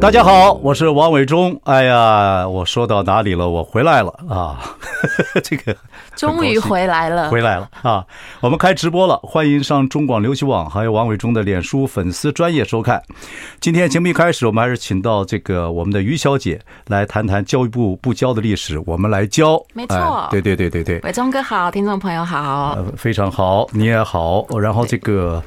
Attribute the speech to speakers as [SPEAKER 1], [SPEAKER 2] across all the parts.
[SPEAKER 1] 大家好，我是王伟忠。哎呀，我说到哪里了？我回来了啊！ 这个很
[SPEAKER 2] 终
[SPEAKER 1] 高
[SPEAKER 2] 于
[SPEAKER 1] 兴
[SPEAKER 2] 回来了，
[SPEAKER 1] 回来了啊！我们开直播了，欢迎上中广流行网还有王伟忠的脸书粉丝专业收看。今天节目一开始，我们还是请到这个我们的于小姐来谈谈教育部不教的历史，我们来教。
[SPEAKER 2] 没错
[SPEAKER 1] 哎对对对对对，
[SPEAKER 2] 伟忠哥好，听众朋友好。
[SPEAKER 1] 呃，非常好，你也好。然后这个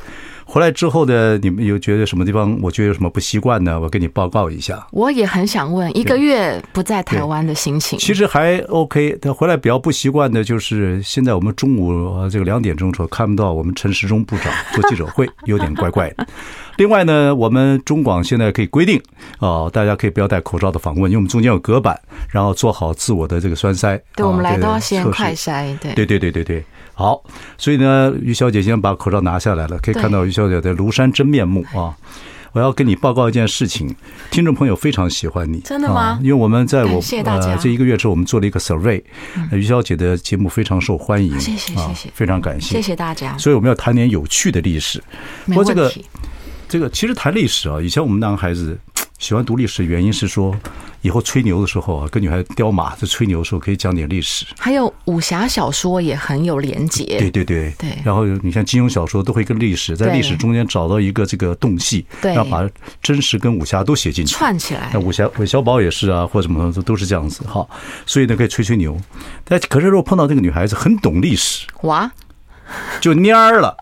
[SPEAKER 1] 回来之后的，你们有觉得什么地方？我觉得有什么不习惯呢？我跟你报告一下。
[SPEAKER 2] 我也很想问，一个月不在台湾的心情，
[SPEAKER 1] 其实还 OK，他回来比较不习惯的就是，现在我们中午呃这个两点钟的时候看不到我们陈时中部长做记者 会，有点怪怪的。另外呢，我们中广现在可以规定，哦、大家可以不要戴口罩的访问，因为我们中间有隔板，然后做好自我的这个栓塞。
[SPEAKER 2] 对
[SPEAKER 1] 啊
[SPEAKER 2] 我们来
[SPEAKER 1] 这
[SPEAKER 2] 都
[SPEAKER 1] 个
[SPEAKER 2] 要先
[SPEAKER 1] 测试
[SPEAKER 2] 快筛，对
[SPEAKER 1] 对对对对对，好，所以呢，于小姐先把口罩拿下来了，可以
[SPEAKER 2] 对
[SPEAKER 1] 看到于小姐的庐山真面目啊。我要跟你报告一件事情，听众朋友非常喜欢你，
[SPEAKER 2] 真的吗
[SPEAKER 1] 啊因为我们在我
[SPEAKER 2] 感谢大家嗯
[SPEAKER 1] 呃这一个月之后，我们做了一个 survey，呃于小姐的节目非常受欢迎，
[SPEAKER 2] 谢谢
[SPEAKER 1] 啊
[SPEAKER 2] 谢谢
[SPEAKER 1] 非常感谢，
[SPEAKER 2] 谢。谢大家，
[SPEAKER 1] 所以我们要谈点有趣的历史。
[SPEAKER 2] 没
[SPEAKER 1] 过这
[SPEAKER 2] 问
[SPEAKER 1] 个
[SPEAKER 2] 题。
[SPEAKER 1] 这个其实谈历史啊，以前我们男孩子喜欢读历史，原因是说以后吹牛的时候啊，跟女孩子叼马子吹牛的时候可以讲点历史。
[SPEAKER 2] 还有武侠小说也很有连结
[SPEAKER 1] 对，对对
[SPEAKER 2] 对
[SPEAKER 1] 然后你看金庸小说都会跟历史在
[SPEAKER 2] 对
[SPEAKER 1] 历史中间找到一个这个洞隙，
[SPEAKER 2] 对
[SPEAKER 1] 然后把真实跟武侠都写进去。
[SPEAKER 2] 串起来
[SPEAKER 1] 那。武侠韦小宝也是啊，或者什么都都是这样子哈，所以呢可以吹吹牛。但可是如果碰到这个女孩子很懂历 史，
[SPEAKER 2] 哇，
[SPEAKER 1] 就蔫儿了，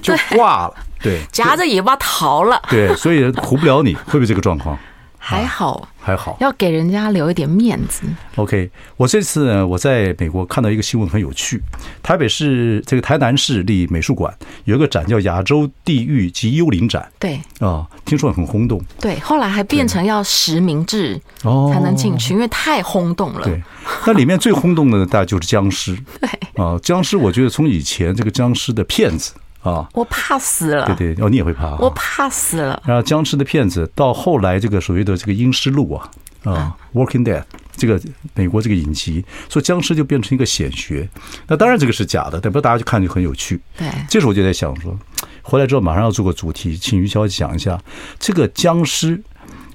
[SPEAKER 1] 就挂了，对
[SPEAKER 2] 夹着尾巴逃了，
[SPEAKER 1] 对，所以唬不了你，会不会这个状况？
[SPEAKER 2] 还好
[SPEAKER 1] 还好
[SPEAKER 2] 要给人家留一点面子。
[SPEAKER 1] ，OK。我这次呢，我在美国看到一个新闻很有趣，台北市这个台南市立美术馆有一个展叫“亚洲地狱及幽灵展”，
[SPEAKER 2] 对
[SPEAKER 1] 啊，听说很轰动
[SPEAKER 2] 对，后来还变成要实名制
[SPEAKER 1] 哦
[SPEAKER 2] 才能进。去，因为太轰动了。
[SPEAKER 1] 对，那里面最轰动的大概就是僵尸
[SPEAKER 2] 对，
[SPEAKER 1] 啊，僵尸我觉得从以前这个僵尸的骗子啊，
[SPEAKER 2] 我怕死了，
[SPEAKER 1] 对对，哦你也会怕、啊，
[SPEAKER 2] 我怕死了。
[SPEAKER 1] 然后僵尸的骗子到后来这个所谓的这个阴尸路啊啊，Walking Dead 这个美国这个影集，说僵尸就变成一个显学。那当然这个是假的，但不过大家去看就很有趣。
[SPEAKER 2] 对，
[SPEAKER 1] 这时候我就在想说，回来之后马上要做个主题，请于小姐讲一下这个僵尸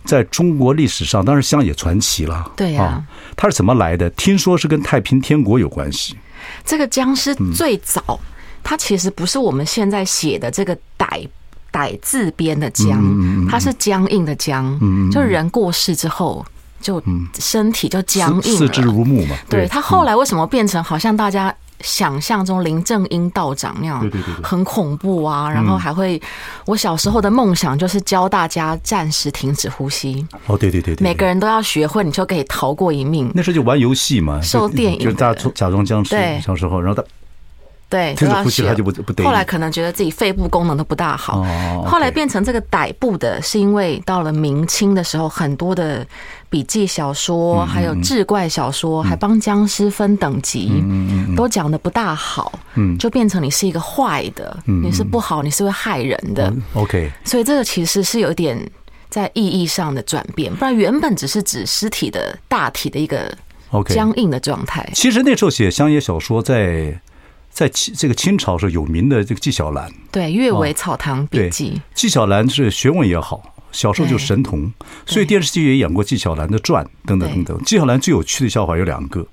[SPEAKER 1] 在中国历史上，当然乡野传奇了，
[SPEAKER 2] 对呀
[SPEAKER 1] 啊，它是怎么来的？听说是跟太平天国有关系，
[SPEAKER 2] 这个僵尸
[SPEAKER 1] 嗯
[SPEAKER 2] 最早，它其实不是我们现在写的这个歹歹字边的
[SPEAKER 1] 嗯
[SPEAKER 2] 僵，它是僵硬的僵，就人过世之后，就身体就僵
[SPEAKER 1] 四
[SPEAKER 2] 硬
[SPEAKER 1] 四肢嗯
[SPEAKER 2] 了。
[SPEAKER 1] 如木嘛，
[SPEAKER 2] 对他后来为什么变成好像大家想象中林正英道长那样，
[SPEAKER 1] 对对对对
[SPEAKER 2] 很恐怖啊，然后还会，我小时候的梦想就是教大家暂时停止呼吸，
[SPEAKER 1] 哦，对对对对对，
[SPEAKER 2] 每个人都要学会，你就可以逃过一命。
[SPEAKER 1] 那时候就玩游戏嘛，就
[SPEAKER 2] 受电影
[SPEAKER 1] 就是大家装假装僵尸
[SPEAKER 2] 对，
[SPEAKER 1] 小时候，然后他
[SPEAKER 2] 对，
[SPEAKER 1] 停止
[SPEAKER 2] 都要
[SPEAKER 1] 呼吸
[SPEAKER 2] 学
[SPEAKER 1] 他就不不得已
[SPEAKER 2] 后来可能觉得自己肺部功能都不大好，
[SPEAKER 1] 哦
[SPEAKER 2] 后来
[SPEAKER 1] OK
[SPEAKER 2] 变成这个逮捕的，是因为到了明清的时候，很多的笔记小
[SPEAKER 1] 嗯
[SPEAKER 2] 说，还有志怪小说，还帮僵尸分等
[SPEAKER 1] 嗯
[SPEAKER 2] 级，都讲的不大好，就变成你是一个坏的，
[SPEAKER 1] 嗯
[SPEAKER 2] 你是不好，你是会害人的，
[SPEAKER 1] OK，
[SPEAKER 2] 所以这个其实是有点在意义上的转变，不然原本只是指尸体的大体的一个
[SPEAKER 1] OK
[SPEAKER 2] 僵硬的状态。
[SPEAKER 1] 其实那时候写乡野小说在。在清这个清朝时候有名的这个纪晓岚，
[SPEAKER 2] 对，《阅
[SPEAKER 1] 哦
[SPEAKER 2] 微草堂笔
[SPEAKER 1] 对
[SPEAKER 2] 记》，
[SPEAKER 1] 纪晓岚是学问也好，小时候就神童，所以电视剧也演过纪晓岚的传等等等等。纪晓岚最有趣的笑话有两个，因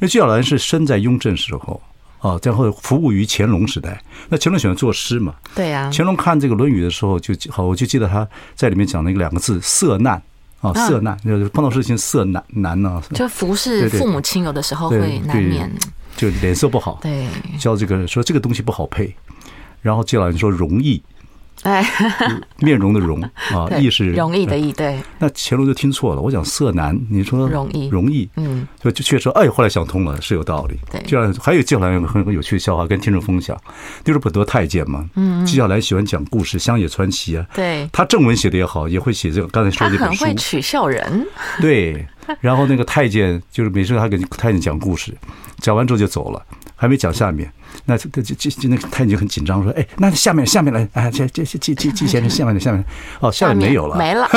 [SPEAKER 1] 为纪晓岚是生在雍正时候啊，然后服务于乾隆时代。那乾隆喜欢作诗嘛，
[SPEAKER 2] 对啊，
[SPEAKER 1] 乾隆看这个《论语》的时候就，好，我就记得他在里面讲了一个两个字“色难”啊，
[SPEAKER 2] 啊
[SPEAKER 1] 色难，就是碰到事情色难难啊呢、
[SPEAKER 2] 就服侍
[SPEAKER 1] 对对
[SPEAKER 2] 父母亲，有的时候
[SPEAKER 1] 对
[SPEAKER 2] 会难
[SPEAKER 1] 对
[SPEAKER 2] 免
[SPEAKER 1] 就脸色不好，
[SPEAKER 2] 对。
[SPEAKER 1] 叫这个说这个东西不好配，然后纪晓岚说容易
[SPEAKER 2] 哎，
[SPEAKER 1] 面容的 容啊，
[SPEAKER 2] 对
[SPEAKER 1] 易是
[SPEAKER 2] 容易的易，对，
[SPEAKER 1] 那乾隆就听错了，我讲色男，你说
[SPEAKER 2] 容易
[SPEAKER 1] 容易，
[SPEAKER 2] 嗯，
[SPEAKER 1] 就就确实，哎，后来想通了，是有道理。
[SPEAKER 2] 对
[SPEAKER 1] 就像还有纪晓岚有个很很有趣的笑话跟听众分享，就是很多太监嘛，嗯，纪晓岚喜欢讲故事，乡野传奇啊，
[SPEAKER 2] 对，
[SPEAKER 1] 他正文写的也好，也会写这个刚才说
[SPEAKER 2] 他
[SPEAKER 1] 的这
[SPEAKER 2] 很
[SPEAKER 1] 本书
[SPEAKER 2] 会，取笑人，
[SPEAKER 1] 对。然后那个太监就是每次他给太监讲故事，讲完之后就走了，还没讲下面。那这这这这那个太监就很紧张说：“哎，那下面下面来，哎，这这这这这这先生下面的下面来哦，下面没有了，
[SPEAKER 2] 没了，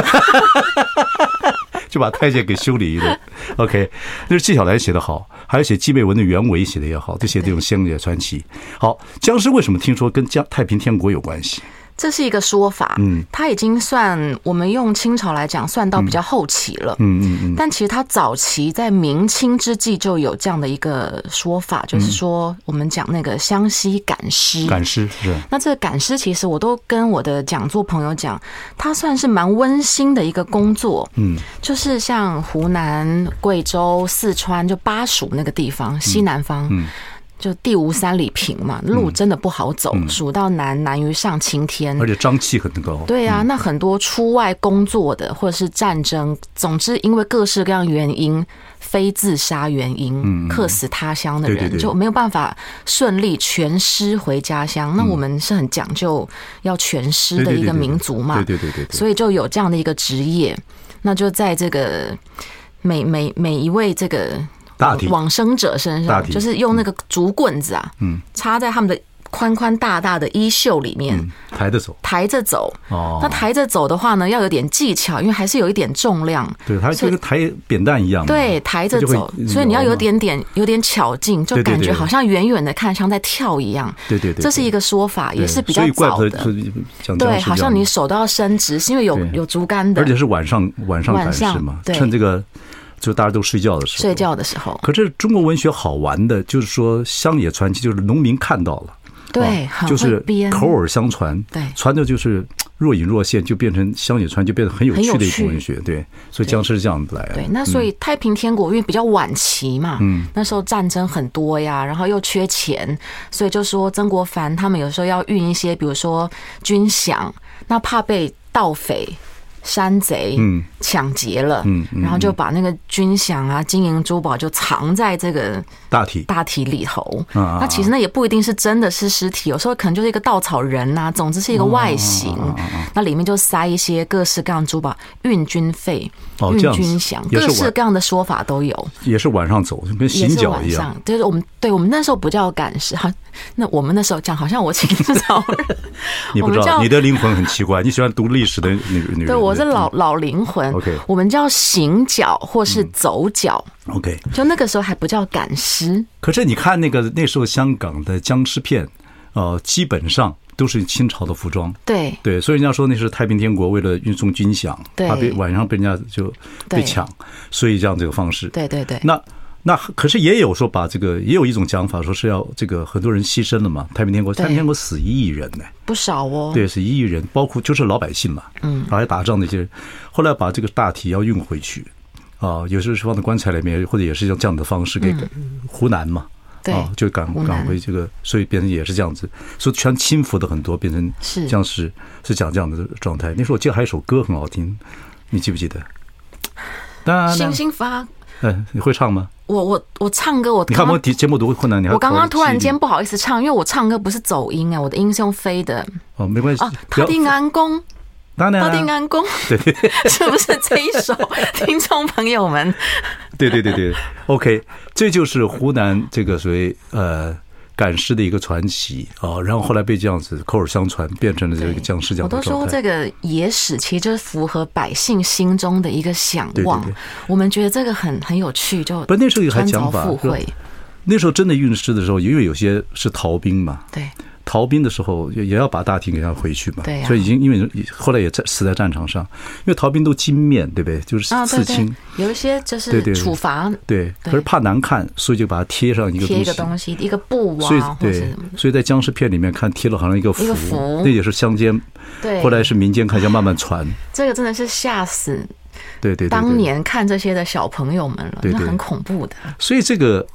[SPEAKER 1] 就把太监给修理一 顿。OK，就是纪晓岚写的好，还有写纪贝文的原委写的也好，就写这种乡野传奇。好，僵尸为什么听说跟江太平天国有关系？
[SPEAKER 2] 这是一个说法，
[SPEAKER 1] 嗯，
[SPEAKER 2] 他已经算我们用清朝来讲，算到比较后期了，
[SPEAKER 1] 嗯嗯嗯，
[SPEAKER 2] 但其实他早期在明清之际就有这样的一个说法，就是说我们讲那个湘西赶尸，
[SPEAKER 1] 嗯赶尸是
[SPEAKER 2] 那这个赶尸其实我都跟我的讲座朋友讲，它算是蛮温馨的一个工作，
[SPEAKER 1] 嗯
[SPEAKER 2] 就是像湖南、贵州、四川就巴蜀那个地方，西南方。
[SPEAKER 1] 嗯
[SPEAKER 2] 就地无三里平嘛，路真的不好走，
[SPEAKER 1] 嗯
[SPEAKER 2] 蜀道难，难于上青天。
[SPEAKER 1] 而且瘴气很高。
[SPEAKER 2] 对啊，那很多出外工作的，或者是战争，总之因为各式各样原因，非自杀原因，客死他乡的
[SPEAKER 1] 对
[SPEAKER 2] 人
[SPEAKER 1] 嗯对对
[SPEAKER 2] 就没有办法顺利全尸回家
[SPEAKER 1] 嗯
[SPEAKER 2] 乡。那我们是很讲究要全尸
[SPEAKER 1] 对
[SPEAKER 2] 的
[SPEAKER 1] 对
[SPEAKER 2] 一
[SPEAKER 1] 对
[SPEAKER 2] 个
[SPEAKER 1] 对
[SPEAKER 2] 民族嘛，
[SPEAKER 1] 对对对对对，
[SPEAKER 2] 所以就有这样的一个职业。那就在这个每每每一位这个
[SPEAKER 1] 大体
[SPEAKER 2] 往生者身
[SPEAKER 1] 大
[SPEAKER 2] 上，
[SPEAKER 1] 体
[SPEAKER 2] 就是用那个竹棍子啊，
[SPEAKER 1] 嗯，
[SPEAKER 2] 插在他们的宽宽大大的衣袖里面。
[SPEAKER 1] 嗯，抬得走
[SPEAKER 2] 抬着走，那
[SPEAKER 1] 哦。
[SPEAKER 2] 抬着走的话呢，要有点技巧，因为还是有一点重量。
[SPEAKER 1] 对，它就跟抬扁担一样嘛。
[SPEAKER 2] 对，抬着
[SPEAKER 1] 它就会
[SPEAKER 2] 走，
[SPEAKER 1] 嗯
[SPEAKER 2] 所以你要
[SPEAKER 1] 摇嘛
[SPEAKER 2] 有点点有点巧劲，就
[SPEAKER 1] 对对
[SPEAKER 2] 感觉
[SPEAKER 1] 对
[SPEAKER 2] 好像远远的看像在跳一样。
[SPEAKER 1] 对对对，
[SPEAKER 2] 这是一
[SPEAKER 1] 个
[SPEAKER 2] 个说法，也是比较
[SPEAKER 1] 所以怪
[SPEAKER 2] 早
[SPEAKER 1] 不得
[SPEAKER 2] 的。
[SPEAKER 1] 是讲僵
[SPEAKER 2] 对，
[SPEAKER 1] 尸
[SPEAKER 2] 好
[SPEAKER 1] 这
[SPEAKER 2] 像
[SPEAKER 1] 样
[SPEAKER 2] 你手都要伸直，是因为有
[SPEAKER 1] 对
[SPEAKER 2] 有竹竿的
[SPEAKER 1] 而。且是晚上晚上
[SPEAKER 2] 晚
[SPEAKER 1] 赶尸
[SPEAKER 2] 上
[SPEAKER 1] 嘛，
[SPEAKER 2] 对
[SPEAKER 1] 趁这个就大家都睡觉的时候。
[SPEAKER 2] 睡觉的时候，
[SPEAKER 1] 可是中国文学好玩的，就是说乡野传奇，就是农民看到了，
[SPEAKER 2] 对，
[SPEAKER 1] 啊
[SPEAKER 2] 很
[SPEAKER 1] 就
[SPEAKER 2] 会
[SPEAKER 1] 是
[SPEAKER 2] 编，
[SPEAKER 1] 口耳相传，
[SPEAKER 2] 对
[SPEAKER 1] 传的就是若隐若现，就变成乡野传，就变得很有
[SPEAKER 2] 很有
[SPEAKER 1] 趣的一
[SPEAKER 2] 趣
[SPEAKER 1] 种文学，对，所以僵尸是这样子来啊嗯的，
[SPEAKER 2] 对，那所以太平天国因为比较晚期嘛，那时候战争很多呀，然后又缺钱，所以就说曾国藩他们有时候要运一些，比如说军饷，那怕被盗匪。山贼
[SPEAKER 1] 嗯
[SPEAKER 2] 抢劫了，
[SPEAKER 1] 嗯嗯
[SPEAKER 2] 然后就把那个军饷啊、金银珠宝就藏在这个
[SPEAKER 1] 大体
[SPEAKER 2] 大体里头。
[SPEAKER 1] 啊啊啊
[SPEAKER 2] 那其实那也不一定是真的是尸体，有时候可能就是一个稻草人呐、总之是一个外形。
[SPEAKER 1] 哦
[SPEAKER 2] 那里面就塞一些各式各样的珠宝、运军费、
[SPEAKER 1] 哦
[SPEAKER 2] 运
[SPEAKER 1] 这样子
[SPEAKER 2] 军饷，
[SPEAKER 1] 也是
[SPEAKER 2] 各
[SPEAKER 1] 晚
[SPEAKER 2] 式各样的说法都有，
[SPEAKER 1] 也是晚上走，就跟
[SPEAKER 2] 也
[SPEAKER 1] 行
[SPEAKER 2] 是
[SPEAKER 1] 脚
[SPEAKER 2] 晚
[SPEAKER 1] 一样
[SPEAKER 2] 上。。就是我们对我们那时候不叫赶尸哈，那我们那时候讲好像我请早人，
[SPEAKER 1] 你不知
[SPEAKER 2] 我
[SPEAKER 1] 道，
[SPEAKER 2] 们叫
[SPEAKER 1] 你的灵魂很奇怪，你喜欢读历史的女女人。
[SPEAKER 2] 对我是老老灵魂
[SPEAKER 1] OK 嗯
[SPEAKER 2] 我们叫行脚或是走脚，
[SPEAKER 1] OK。
[SPEAKER 2] 就那个时候还不叫赶尸。
[SPEAKER 1] 可是你看那个那时候香港的僵尸片，呃，基本上都是清朝的服装。
[SPEAKER 2] 对
[SPEAKER 1] 对，所以人家说那是太平天国为了运送军饷，
[SPEAKER 2] 对
[SPEAKER 1] 怕被晚上被人家就
[SPEAKER 2] 对
[SPEAKER 1] 被抢，所以这样这个方式。
[SPEAKER 2] 对对对，
[SPEAKER 1] 那那可是也有说把这个也有一种讲法，说是要这个很多人牺牲了嘛，太平天国
[SPEAKER 2] 对
[SPEAKER 1] 太平天国死一亿人呢、
[SPEAKER 2] 不少哦。
[SPEAKER 1] 对，死一亿人，包括就是老百姓嘛，嗯，然后还打仗那些人，后来把这个大体要运回去。啊，有时候是放在棺材里面，或者也是用这样的方式给湖南嘛，
[SPEAKER 2] 嗯对
[SPEAKER 1] 啊，就赶
[SPEAKER 2] 湖南
[SPEAKER 1] 赶回这个，所以变成也是这样子，所以全轻浮的很多变成
[SPEAKER 2] 是
[SPEAKER 1] 僵尸，是讲这样的状态。那时候我记得还有一首歌很好听，你记不记得？当然
[SPEAKER 2] 星，星发，
[SPEAKER 1] 嗯，你会唱吗？
[SPEAKER 2] 我我我唱歌，我
[SPEAKER 1] 你看
[SPEAKER 2] 刚
[SPEAKER 1] 我
[SPEAKER 2] 刚
[SPEAKER 1] 题节目多困难，你还
[SPEAKER 2] 我刚刚
[SPEAKER 1] 考
[SPEAKER 2] 突
[SPEAKER 1] 虑
[SPEAKER 2] 然
[SPEAKER 1] 记忆
[SPEAKER 2] 间
[SPEAKER 1] 力
[SPEAKER 2] 不好意思唱，因为我唱歌不是走音哎、我的音是用飞的
[SPEAKER 1] 哦，没关系
[SPEAKER 2] 啊。到定，安宫，
[SPEAKER 1] 当然
[SPEAKER 2] 到定
[SPEAKER 1] 啊，
[SPEAKER 2] 安宫，
[SPEAKER 1] 对对
[SPEAKER 2] 是不是这一首？听众朋友们，
[SPEAKER 1] 对对对对，OK，这就是湖南这个所谓呃赶尸的一个传奇啊，然后后来被这样子口耳相传，变成了这个僵尸这
[SPEAKER 2] 我
[SPEAKER 1] 样的
[SPEAKER 2] 都说
[SPEAKER 1] 状态。
[SPEAKER 2] 这个野史其实就是符合百姓心中的一个向往
[SPEAKER 1] 对对对，
[SPEAKER 2] 我们觉得这个很很有趣，就
[SPEAKER 1] 不，那时候有还
[SPEAKER 2] 穿
[SPEAKER 1] 讲
[SPEAKER 2] 凿
[SPEAKER 1] 法
[SPEAKER 2] 附，会
[SPEAKER 1] 说，那时候真的运尸的时候，因为有些是逃兵嘛，
[SPEAKER 2] 对
[SPEAKER 1] 逃兵的时候也也要把大体给他回去嘛，
[SPEAKER 2] 对啊
[SPEAKER 1] 所以已经因为后来也在死在战场上，因为逃兵都金面，对不对？就是
[SPEAKER 2] 啊，对
[SPEAKER 1] 刺青
[SPEAKER 2] 对，，有一些就
[SPEAKER 1] 对
[SPEAKER 2] 是
[SPEAKER 1] 对对
[SPEAKER 2] 处罚
[SPEAKER 1] 对，可是怕难看，所以就把它贴上一个
[SPEAKER 2] 贴一
[SPEAKER 1] 东
[SPEAKER 2] 个
[SPEAKER 1] 西。
[SPEAKER 2] 东西，一个布
[SPEAKER 1] 所以
[SPEAKER 2] 啊，或者
[SPEAKER 1] 对
[SPEAKER 2] 什么，，
[SPEAKER 1] 所以在僵尸片里面看贴了好像一个符，
[SPEAKER 2] 一个符
[SPEAKER 1] 那也是乡间，
[SPEAKER 2] 对，
[SPEAKER 1] 后来是民间开始慢慢传，
[SPEAKER 2] 这个真的是吓死
[SPEAKER 1] 对对对对。
[SPEAKER 2] 当年看这些的小朋友们了，
[SPEAKER 1] 对对
[SPEAKER 2] 那很恐怖的。
[SPEAKER 1] 所以这个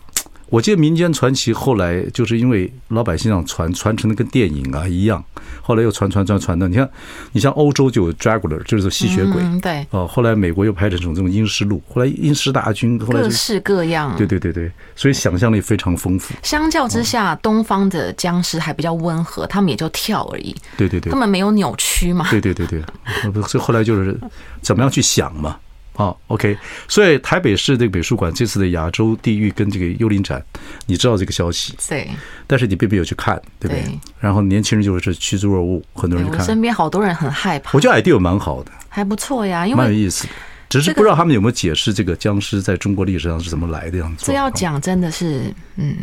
[SPEAKER 1] 我记得民间传奇后来就是因为老百姓上传传承的跟电影啊一样，后来又传传传传的。你看，你像欧洲就有 Dracula，就是吸血鬼。
[SPEAKER 2] 嗯，对，
[SPEAKER 1] 哦，后来美国又拍成这种英式路，后来英式大军，后来
[SPEAKER 2] 各
[SPEAKER 1] 就
[SPEAKER 2] 式各样。
[SPEAKER 1] 对对对对，所以想象力非常丰富。
[SPEAKER 2] 相较之下，东方的僵尸还比较温和，他们也就跳而已，
[SPEAKER 1] 对对对
[SPEAKER 2] 他，们没有扭曲嘛。
[SPEAKER 1] 对对对对，呃不所以后来就是怎么样去想嘛。啊，OK，所以台北市这个美术馆这次的亚洲地域跟这个幽灵展，你知道这个消息，
[SPEAKER 2] 对，
[SPEAKER 1] 但是你并没有去看，对不对？
[SPEAKER 2] 对
[SPEAKER 1] 然后年轻人就是趋之若鹜，很多人去
[SPEAKER 2] 我
[SPEAKER 1] 看。
[SPEAKER 2] 身边好多人很害怕
[SPEAKER 1] 我，觉得 idea 蛮好的，
[SPEAKER 2] 还不错呀，因
[SPEAKER 1] 蛮有
[SPEAKER 2] 为
[SPEAKER 1] 意思的，只是
[SPEAKER 2] 这个
[SPEAKER 1] 不知道他们有没有解释这个僵尸在中国历史上是怎么来的样子。
[SPEAKER 2] 这要讲真的是，嗯，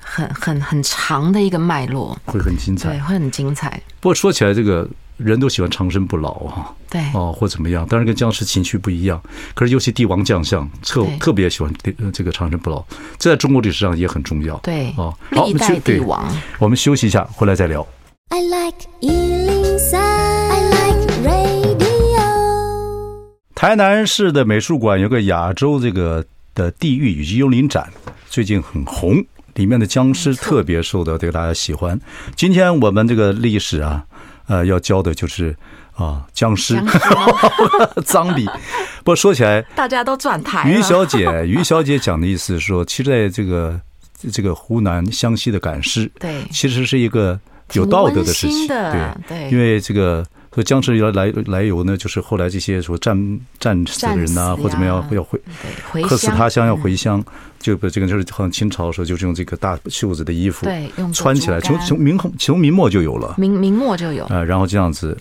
[SPEAKER 2] 很很很长的一个脉络，
[SPEAKER 1] 会很精
[SPEAKER 2] 对，
[SPEAKER 1] 彩。
[SPEAKER 2] 会很精彩。
[SPEAKER 1] 不过说起来，这个人都喜欢长生不老啊。
[SPEAKER 2] 对，
[SPEAKER 1] 哦，或怎么样，当然跟僵尸情绪不一样。可是尤其帝王将相特
[SPEAKER 2] 对
[SPEAKER 1] 特别喜欢呃这个长生不老，这在中国历史上也很重要。
[SPEAKER 2] 对
[SPEAKER 1] 哦，好，我
[SPEAKER 2] 历
[SPEAKER 1] 们休
[SPEAKER 2] 代帝。
[SPEAKER 1] 对
[SPEAKER 2] 王。
[SPEAKER 1] 我们休息一下，回来再聊。
[SPEAKER 3] I like Ealing Sound. I like radio.
[SPEAKER 1] 台南市的美术馆有个亚洲这个的地狱以及幽灵展，最近很红，里面的僵尸特别受到这个大家喜欢。今天我们这个历史啊，呃，要教的就是啊僵尸
[SPEAKER 2] 僵 尸
[SPEAKER 1] 脏笔。不过说起来，
[SPEAKER 2] 大家都转台
[SPEAKER 1] 于
[SPEAKER 2] 了，
[SPEAKER 1] 小姐， 于小姐讲的意思是说，其实在这个这个湖南湘西的赶尸，
[SPEAKER 2] 对
[SPEAKER 1] 其实是一个有道德的事
[SPEAKER 2] 挺温馨
[SPEAKER 1] 情，
[SPEAKER 2] 的对
[SPEAKER 1] 因为这个。说僵尸由来来由呢，就是后来这些说战战死的人呐、
[SPEAKER 2] 战死呀
[SPEAKER 1] 或怎么样要回
[SPEAKER 2] 对，回
[SPEAKER 1] 客死
[SPEAKER 2] 乡嗯
[SPEAKER 1] 他乡要回乡，就不这个就是好像清朝的时候就是用这个大袖子的衣服
[SPEAKER 2] 对用
[SPEAKER 1] 穿起来，从
[SPEAKER 2] 竹竿
[SPEAKER 1] 从明从明末就有了，
[SPEAKER 2] 嗯明明末就有，
[SPEAKER 1] 啊，然后这样子，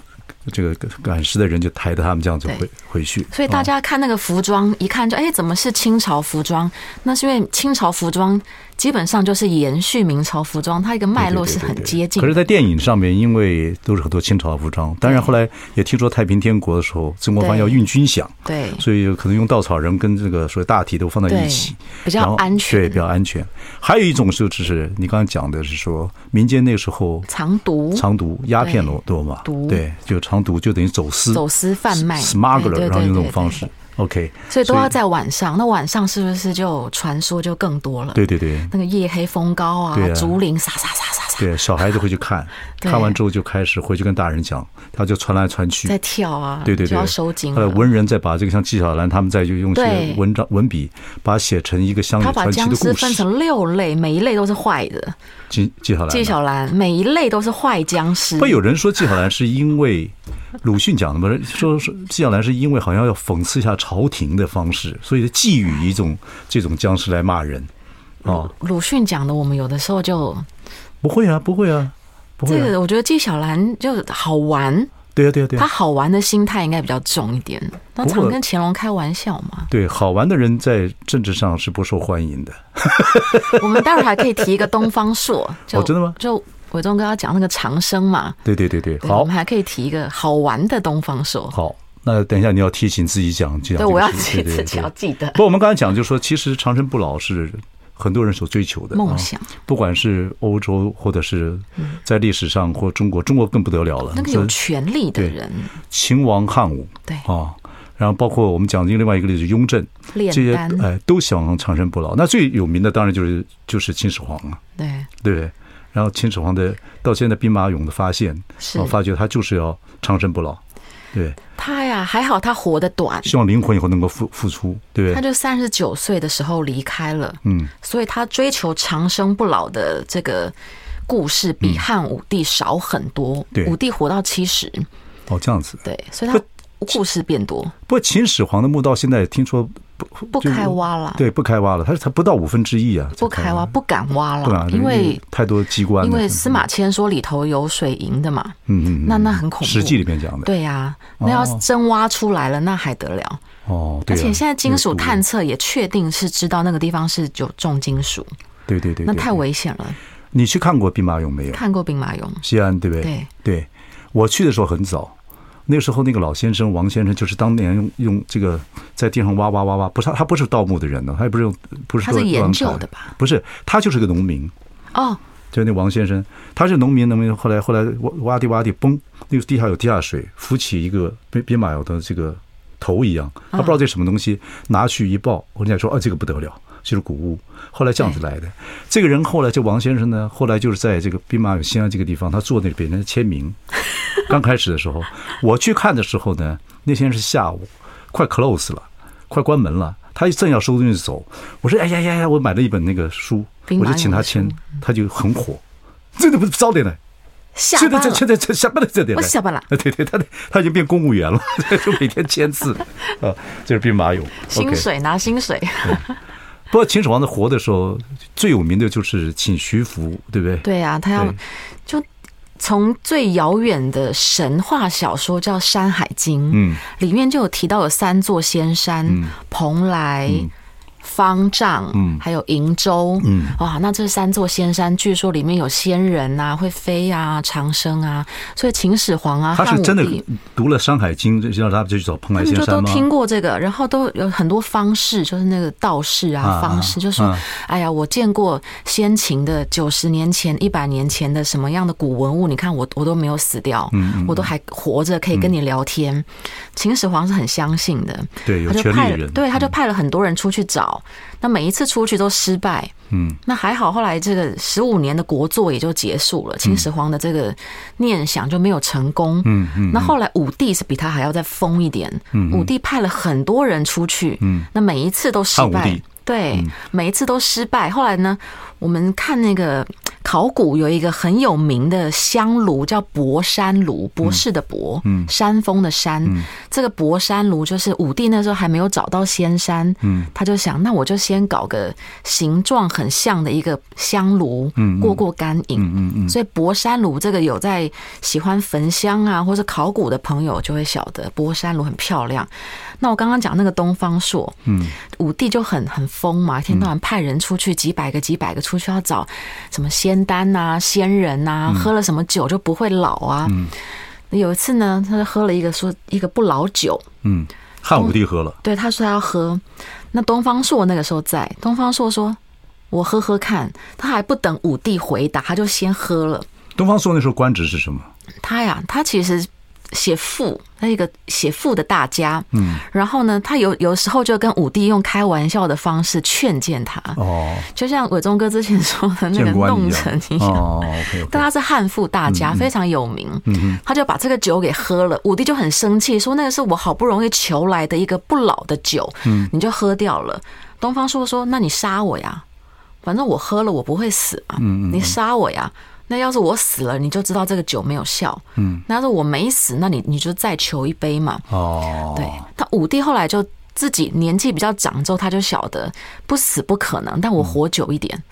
[SPEAKER 1] 这个赶尸的人就抬着他们这样子
[SPEAKER 2] 对
[SPEAKER 1] 回回去，
[SPEAKER 2] 所以大
[SPEAKER 1] 哦
[SPEAKER 2] 家看那个服装，一看就哎，怎么是清朝服装？那是因为清朝服装基本上就是延续明朝服装，它一个脉络是很接近
[SPEAKER 1] 可是，
[SPEAKER 2] 的。
[SPEAKER 1] 在电影上面，因为都是很多清朝服装，当然后来也听说太平天国的时候，曾国藩
[SPEAKER 2] 对
[SPEAKER 1] 要运军饷，
[SPEAKER 2] 对
[SPEAKER 1] 所以有可能用稻草人跟这个所谓大体都放在一起，
[SPEAKER 2] 对比较
[SPEAKER 1] 然后
[SPEAKER 2] 安全
[SPEAKER 1] 对，比较安全。还有一种是就是你刚才讲的是说，民间那时候
[SPEAKER 2] 藏毒、
[SPEAKER 1] 藏毒、鸦片多多嘛，
[SPEAKER 2] 毒
[SPEAKER 1] 对，就藏毒就等于走私、
[SPEAKER 2] 走私贩卖、对
[SPEAKER 1] smuggler，
[SPEAKER 2] 对
[SPEAKER 1] 然后用这
[SPEAKER 2] 对
[SPEAKER 1] 种
[SPEAKER 2] 对
[SPEAKER 1] 方式。OK，
[SPEAKER 2] 所以都要在晚上。那晚上是不是就传说就更多了？
[SPEAKER 1] 对对对
[SPEAKER 2] 那个夜黑风高啊
[SPEAKER 1] 对啊，
[SPEAKER 2] 竹林沙沙沙沙沙
[SPEAKER 1] 对，小孩子会去看，
[SPEAKER 2] 对
[SPEAKER 1] 看完之后就开始回去跟大人讲，他就传来传去，
[SPEAKER 2] 在跳啊，
[SPEAKER 1] 对对对，
[SPEAKER 2] 就要收紧
[SPEAKER 1] 后来
[SPEAKER 2] 了。
[SPEAKER 1] 文人再把这个像纪晓岚他们再就用一些
[SPEAKER 2] 对
[SPEAKER 1] 文章文笔，把它写成一个乡野
[SPEAKER 2] 他把
[SPEAKER 1] 传奇
[SPEAKER 2] 僵
[SPEAKER 1] 的
[SPEAKER 2] 尸
[SPEAKER 1] 故
[SPEAKER 2] 分
[SPEAKER 1] 事。
[SPEAKER 2] 成六类，每一类都是坏的。
[SPEAKER 1] 纪纪晓岚，
[SPEAKER 2] 纪晓岚每一类都是坏僵尸。
[SPEAKER 1] 不有人说纪晓岚是因为鲁迅讲的嘛，说说纪晓岚是因为好像要讽刺一下朝廷的方式，所以寄予一种这种僵尸来骂人。哦，
[SPEAKER 2] 鲁迅讲的，我们有的时候就
[SPEAKER 1] 不会啊，不会啊，不会
[SPEAKER 2] 这
[SPEAKER 1] 啊，
[SPEAKER 2] 个，我觉得纪晓岚就好玩，
[SPEAKER 1] 对啊，对啊，对
[SPEAKER 2] 他
[SPEAKER 1] 啊，
[SPEAKER 2] 好玩的心态应该比较重一点。他
[SPEAKER 1] 不过。
[SPEAKER 2] 常跟乾隆开玩笑嘛
[SPEAKER 1] 对，好玩的人在政治上是不受欢迎的。
[SPEAKER 2] 我们待会儿还可以提一个东方朔，就
[SPEAKER 1] 哦真的吗
[SPEAKER 2] 就伟忠哥要讲那个长生嘛，
[SPEAKER 1] 对对对对，
[SPEAKER 2] 对我
[SPEAKER 1] 好
[SPEAKER 2] 们，还可以提一个好玩的东方朔。
[SPEAKER 1] 好，那等一下你要提醒自己讲，讲
[SPEAKER 2] 对，
[SPEAKER 1] 这个
[SPEAKER 2] 我要
[SPEAKER 1] 事对
[SPEAKER 2] 记
[SPEAKER 1] 对
[SPEAKER 2] 自己
[SPEAKER 1] 对
[SPEAKER 2] 要记得
[SPEAKER 1] 不，我们刚才讲就是说，其实长生不老是很多人所追求的
[SPEAKER 2] 梦
[SPEAKER 1] 啊
[SPEAKER 2] 想，嗯
[SPEAKER 1] 不管是欧洲或者是在历史上或中国，中国更不得了了。
[SPEAKER 2] 那个有权力的人，
[SPEAKER 1] 秦王汉武
[SPEAKER 2] 对，
[SPEAKER 1] 啊，然后包括我们讲的另外一个例子，雍正这
[SPEAKER 2] 炼
[SPEAKER 1] 些，
[SPEAKER 2] 丹，
[SPEAKER 1] 哎，都想长生不老。那最有名的当然就是就是秦始皇啊，
[SPEAKER 2] 对，
[SPEAKER 1] 对不对？然后秦始皇的到现在兵马俑的发现，
[SPEAKER 2] 是
[SPEAKER 1] 啊发觉他就是要长生不老，对，
[SPEAKER 2] 他呀，还好他活得短，
[SPEAKER 1] 希望灵魂以后能够复复出，对
[SPEAKER 2] 他
[SPEAKER 1] 不对？
[SPEAKER 2] 就三十九岁的时候离开了，
[SPEAKER 1] 嗯，
[SPEAKER 2] 所以他追求长生不老的这个故事比汉武帝少很多。
[SPEAKER 1] 嗯对
[SPEAKER 2] 武帝活到七十，
[SPEAKER 1] 哦，这样子。
[SPEAKER 2] 对，所以他故事变多，
[SPEAKER 1] 不过秦始皇的墓道现在听说不
[SPEAKER 2] 不开挖了，
[SPEAKER 1] 对，不开挖了，它它不到五分之一啊，
[SPEAKER 2] 不开挖，不敢挖
[SPEAKER 1] 对啊
[SPEAKER 2] 了，，因为
[SPEAKER 1] 太多机关了，
[SPEAKER 2] 因为司马迁说里头有水银的嘛，
[SPEAKER 1] 嗯嗯，嗯
[SPEAKER 2] 那那很恐怖。
[SPEAKER 1] 史记》里面讲的，
[SPEAKER 2] 对呀、那要
[SPEAKER 1] 哦
[SPEAKER 2] 真挖出来了，那还得了？
[SPEAKER 1] 哦，对
[SPEAKER 2] 而
[SPEAKER 1] 啊
[SPEAKER 2] 且现在金属，
[SPEAKER 1] 有
[SPEAKER 2] 探测也确定是知道那个地方是有重金属，
[SPEAKER 1] 毒对对对，
[SPEAKER 2] 那
[SPEAKER 1] 对
[SPEAKER 2] 太。危险了。
[SPEAKER 1] 你去看过兵马俑没有？
[SPEAKER 2] 看过兵马俑，
[SPEAKER 1] 西安对不对？
[SPEAKER 2] 对，
[SPEAKER 1] 我去的时候很早。那时候那个老先生王先生就是当年用用这个在地上挖挖挖挖，不是他他不是盗墓的人呢，他也不是用不是
[SPEAKER 2] 他是
[SPEAKER 1] 乱
[SPEAKER 2] 研究，
[SPEAKER 1] 乱
[SPEAKER 2] 的
[SPEAKER 1] 砍
[SPEAKER 2] 吧？
[SPEAKER 1] 不是他就是个农民，
[SPEAKER 2] 哦，
[SPEAKER 1] 就那王先生，他是农民，农民后来后来挖挖地挖地，崩，那个地下有地下水，浮起一个兵兵马俑的这个头一样，他不知道这什么东西，拿去一抱，人家说啊这个不得了，就是古屋。后来这样子来的。这个人后来这王先生呢，后来就是在这个兵马俑西安这个地方，他坐那里给人家签名。 刚开始的时候，我去看的时候呢，那天是下午，快 close 了，快关门了。他正要收东西走，我说：“哎呀呀呀！”我买了一本那个书，
[SPEAKER 2] 兵
[SPEAKER 1] 我
[SPEAKER 2] 马俑
[SPEAKER 1] 就请他签
[SPEAKER 2] 的书，
[SPEAKER 1] 他就很火。这个不是早点来，
[SPEAKER 2] 下
[SPEAKER 1] 现在
[SPEAKER 2] 班
[SPEAKER 1] 这
[SPEAKER 2] 了，
[SPEAKER 1] 现在这下班了，这点
[SPEAKER 2] 我下班了
[SPEAKER 1] 对对，他他已经变公务员了， 就每天签字 啊，这是兵马俑。
[SPEAKER 2] 薪
[SPEAKER 1] OK
[SPEAKER 2] 水拿薪水，
[SPEAKER 1] 不过秦始皇的活的时候，最有名的就是请徐福，对不对？
[SPEAKER 2] 对啊，他要
[SPEAKER 1] 对
[SPEAKER 2] 就从最遥远的神话小说叫《山海经》，
[SPEAKER 1] 嗯，
[SPEAKER 2] 里面就有提到有三座仙山，蓬莱。方丈，
[SPEAKER 1] 嗯
[SPEAKER 2] 还有瀛洲，
[SPEAKER 1] 嗯，
[SPEAKER 2] 哇，那这三座仙山，据说里面有仙人啊，会飞啊，长生啊，所以秦始皇啊，
[SPEAKER 1] 他
[SPEAKER 2] 汉
[SPEAKER 1] 是
[SPEAKER 2] 武
[SPEAKER 1] 真的
[SPEAKER 2] 帝
[SPEAKER 1] 读了《山海经》，就让他就去找蓬莱
[SPEAKER 2] 他
[SPEAKER 1] 仙
[SPEAKER 2] 们就都
[SPEAKER 1] 山吗？
[SPEAKER 2] 听过这个，然后都有很多方式，就是那个道士啊，
[SPEAKER 1] 啊
[SPEAKER 2] 方式就说，
[SPEAKER 1] 啊
[SPEAKER 2] 哎呀，我见过先秦的九十年前、一百年前的什么样的古文物，你看我我都没有死掉，
[SPEAKER 1] 嗯
[SPEAKER 2] 我都还活着，可以跟你聊天。秦始皇是很相信的，
[SPEAKER 1] 对，有
[SPEAKER 2] 他就
[SPEAKER 1] 权
[SPEAKER 2] 派
[SPEAKER 1] 力
[SPEAKER 2] 了，
[SPEAKER 1] 人，嗯
[SPEAKER 2] 对，他就派了很多人出去找，那每一次出去都失败。
[SPEAKER 1] 嗯，
[SPEAKER 2] 那还好，后来这个十五年的国祚也就结束了，秦始皇的这个念想就没有成功。嗯嗯，那后来武帝是比他还要再疯一点，武帝派了很多人出去，嗯，那每一次都失
[SPEAKER 1] 汉武
[SPEAKER 2] 败
[SPEAKER 1] 帝。
[SPEAKER 2] 对，每一次都失败。后来呢，我们看那个考古有一个很有名的香炉，叫博山炉，博士的博，嗯，山峰的山。这个博山炉就是武帝那时候还没有找到仙山，嗯，他就想，那我就先搞个形状很像的一个香炉，嗯，过过干瘾，嗯嗯。所以博山炉这个有在喜欢焚香啊，或是考古的朋友就会晓得，博山炉很漂亮。那我刚刚讲那个东方朔，嗯，武帝就很很疯嘛，一天到晚派人出去，几百个几百个出去要找什么仙丹呐、仙人呐、喝了什么酒就不会老啊。有一次呢，他就喝了一个说一个不老酒，
[SPEAKER 1] 嗯，汉武帝喝了，
[SPEAKER 2] 对，他说他要喝。那东方朔那个时候在，东方朔说：“我喝喝看。”他还不等武帝回答，他就先喝了。
[SPEAKER 1] 东方朔那时候官职是什么？
[SPEAKER 2] 他呀，他其实写赋，他一个写赋的大家。嗯，然后呢，他有有时候就跟武帝用开玩笑的方式劝谏他，
[SPEAKER 1] 哦，
[SPEAKER 2] 就像伟忠哥之前说的那个
[SPEAKER 1] 谏官
[SPEAKER 2] 弄
[SPEAKER 1] 一
[SPEAKER 2] 臣
[SPEAKER 1] 样
[SPEAKER 2] 一样。
[SPEAKER 1] 哦，OK
[SPEAKER 2] 但
[SPEAKER 1] OK，
[SPEAKER 2] 他是汉赋大家，非常有名。他就把这个酒给喝了，武帝就很生气，说那个是我好不容易求来的一个不老的酒，你就喝掉了。东方朔说：“那你杀我呀，反正我喝了我不会死嘛，你杀我呀。”那要是我死了，你就知道这个酒没有效。嗯，那要是我没死，那你你就再求一杯嘛。
[SPEAKER 1] 哦，
[SPEAKER 2] 对，他武帝后来就自己年纪比较长之后，他就晓得不死不可能，但我活久一 点，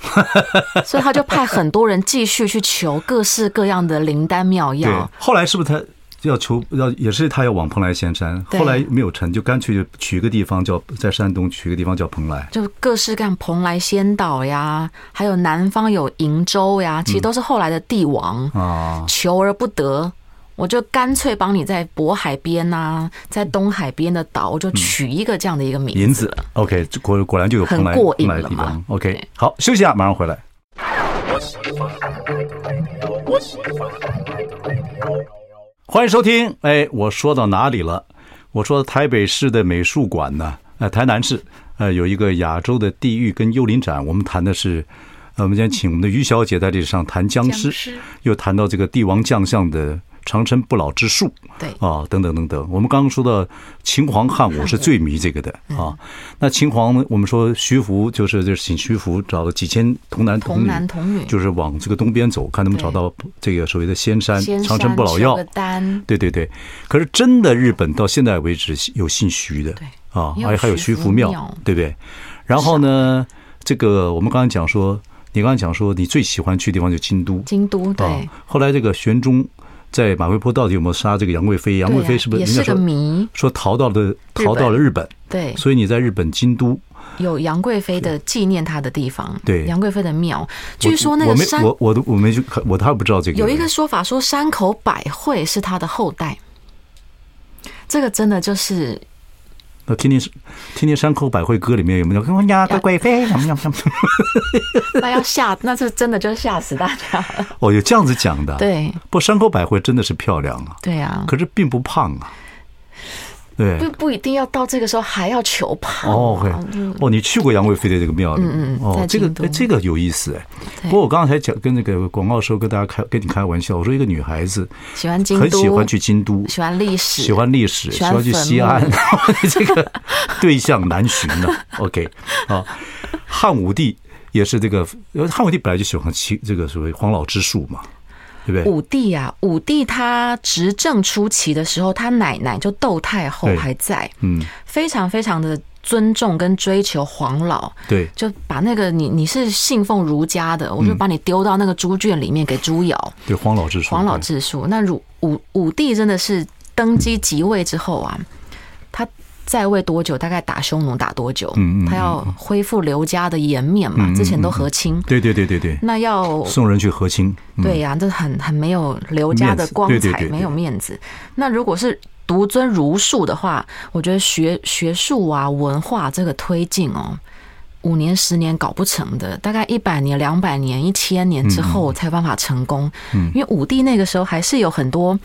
[SPEAKER 2] 所以他就派很多人继续去求各式各样的灵丹妙
[SPEAKER 1] 对
[SPEAKER 2] 药。，
[SPEAKER 1] 后来是不是他？要求要也是他要往蓬莱仙山，
[SPEAKER 2] 对
[SPEAKER 1] 后来没有成就，干脆就取一个地方叫在山东取一个地方叫蓬莱。
[SPEAKER 2] 就各式各样，蓬莱仙岛呀，还有南方有瀛洲呀，其实都是后来的帝王、
[SPEAKER 1] 嗯啊，
[SPEAKER 2] 求而不得，我就干脆帮你在渤海边呐、在东海边的岛，我就取一个这样的一个名字。
[SPEAKER 1] 嗯银子，OK，这果果然就有蓬莱
[SPEAKER 2] 很过瘾
[SPEAKER 1] 蓬莱
[SPEAKER 2] 了
[SPEAKER 1] 地
[SPEAKER 2] 嘛
[SPEAKER 1] 方，OK，
[SPEAKER 2] 对
[SPEAKER 1] 好，休息一下，马上回来。欢迎收听，哎，我说到哪里了？我说台北市的美术馆呢，呃，台南市，呃，有一个亚洲的地狱跟幽灵展，我们谈的是，呃，我们今天请我们的于小姐在这上谈僵尸，
[SPEAKER 2] 僵尸
[SPEAKER 1] 又谈到这个帝王将相的长生不老之术，
[SPEAKER 2] 对
[SPEAKER 1] 啊，等等等等。我们刚刚说到秦皇汉武是最迷这个的
[SPEAKER 2] 嗯
[SPEAKER 1] 啊。那秦皇呢，我们说徐福就是就是请徐福找了几千童男童
[SPEAKER 2] 童
[SPEAKER 1] 女，
[SPEAKER 2] 男童女
[SPEAKER 1] 就是往这个东边走，看能不能找
[SPEAKER 2] 对
[SPEAKER 1] 到这个所谓的仙山
[SPEAKER 2] 仙
[SPEAKER 1] 长生
[SPEAKER 2] 山
[SPEAKER 1] 不老
[SPEAKER 2] 求
[SPEAKER 1] 药
[SPEAKER 2] 个。丹，
[SPEAKER 1] 对对对，可是真的日本到现在为止有姓徐的，
[SPEAKER 2] 对
[SPEAKER 1] 啊，
[SPEAKER 2] 也有
[SPEAKER 1] 还还有徐
[SPEAKER 2] 徐
[SPEAKER 1] 福
[SPEAKER 2] 福
[SPEAKER 1] 庙
[SPEAKER 2] 庙，
[SPEAKER 1] 对不对？然后呢，这个我们刚刚讲说，你刚刚讲说你最喜欢去的地方就京都，
[SPEAKER 2] 京都对。
[SPEAKER 1] 啊。后来这个玄宗在马嵬坡到底有没有杀这个杨贵妃？杨
[SPEAKER 2] 对
[SPEAKER 1] 贵
[SPEAKER 2] 呀
[SPEAKER 1] 妃是不是
[SPEAKER 2] 也
[SPEAKER 1] 人家
[SPEAKER 2] 是
[SPEAKER 1] 说
[SPEAKER 2] 个谜？
[SPEAKER 1] 说逃到了
[SPEAKER 2] 本
[SPEAKER 1] 逃到了日本？
[SPEAKER 2] 对，
[SPEAKER 1] 所以你在日本京都，
[SPEAKER 2] 有杨贵妃的纪念她的地方，
[SPEAKER 1] 对
[SPEAKER 2] 杨贵妃的庙。
[SPEAKER 1] 我
[SPEAKER 2] 据说那
[SPEAKER 1] 我
[SPEAKER 2] 个
[SPEAKER 1] 没
[SPEAKER 2] 山
[SPEAKER 1] 我我都我没去看，我倒不知道这个
[SPEAKER 2] 有一个说法说山口百惠是她的后代，这个真的就是
[SPEAKER 1] 那天天天天山口百惠歌里面有没有？哎呀，贵贵妃，什么什么什么？
[SPEAKER 2] 那要吓， 那是真的就吓死大家了。
[SPEAKER 1] 哦，有这样子讲的。，
[SPEAKER 2] 对
[SPEAKER 1] 不，山口百惠真的是漂亮啊，
[SPEAKER 2] 对啊，
[SPEAKER 1] 可是并不胖啊。对
[SPEAKER 2] 不不一定要到这个时候还要求跑、
[SPEAKER 1] 哦，OK，哦，你去过杨贵妃的这个庙里，
[SPEAKER 2] 嗯嗯嗯
[SPEAKER 1] 哦，
[SPEAKER 2] 在
[SPEAKER 1] 这个
[SPEAKER 2] 京都
[SPEAKER 1] 哎这个有意思哎。不
[SPEAKER 2] 对
[SPEAKER 1] 过我刚才讲跟那个广告的时候跟大家开跟你开玩笑，我说一个女孩子
[SPEAKER 2] 喜欢京都，
[SPEAKER 1] 很喜欢去京都，
[SPEAKER 2] 喜欢历史，
[SPEAKER 1] 喜欢历史，
[SPEAKER 2] 喜
[SPEAKER 1] 喜
[SPEAKER 2] 欢
[SPEAKER 1] 欢去西安，你 这个对象难寻呐。OK，啊，汉武帝也是这个，呃汉武帝本来就喜欢其这个所谓黄老之术嘛，对不对？
[SPEAKER 2] 武帝啊，武帝他执政初期的时候，他奶奶就窦太后
[SPEAKER 1] 对
[SPEAKER 2] 还在，
[SPEAKER 1] 嗯，
[SPEAKER 2] 非常非常的尊重跟追求黄老，
[SPEAKER 1] 对，
[SPEAKER 2] 就把那个你你是信奉儒家的，
[SPEAKER 1] 嗯
[SPEAKER 2] 我就把你丢到那个猪圈里面给猪咬。
[SPEAKER 1] 对黄老之术，
[SPEAKER 2] 黄老
[SPEAKER 1] 对
[SPEAKER 2] 治术，那儒武武帝真的是登基即位之后啊，他在位多久？大概打匈奴打多久？
[SPEAKER 1] 嗯嗯嗯嗯
[SPEAKER 2] 他要恢复刘家的颜面嘛，之前都和亲，
[SPEAKER 1] 对对对对对，
[SPEAKER 2] 那要
[SPEAKER 1] 送人去和亲，嗯
[SPEAKER 2] 对呀、这很很没有刘家的光
[SPEAKER 1] 面子对对
[SPEAKER 2] 彩，
[SPEAKER 1] 对对
[SPEAKER 2] 没有面子。那如果是独尊儒术的话，我觉得学学术啊、文化这个推进哦，五年、十年搞不成的，大概一百年、两百年、一千年之
[SPEAKER 1] 嗯
[SPEAKER 2] 后才有办法成功。因为武帝那个时候还是有很多。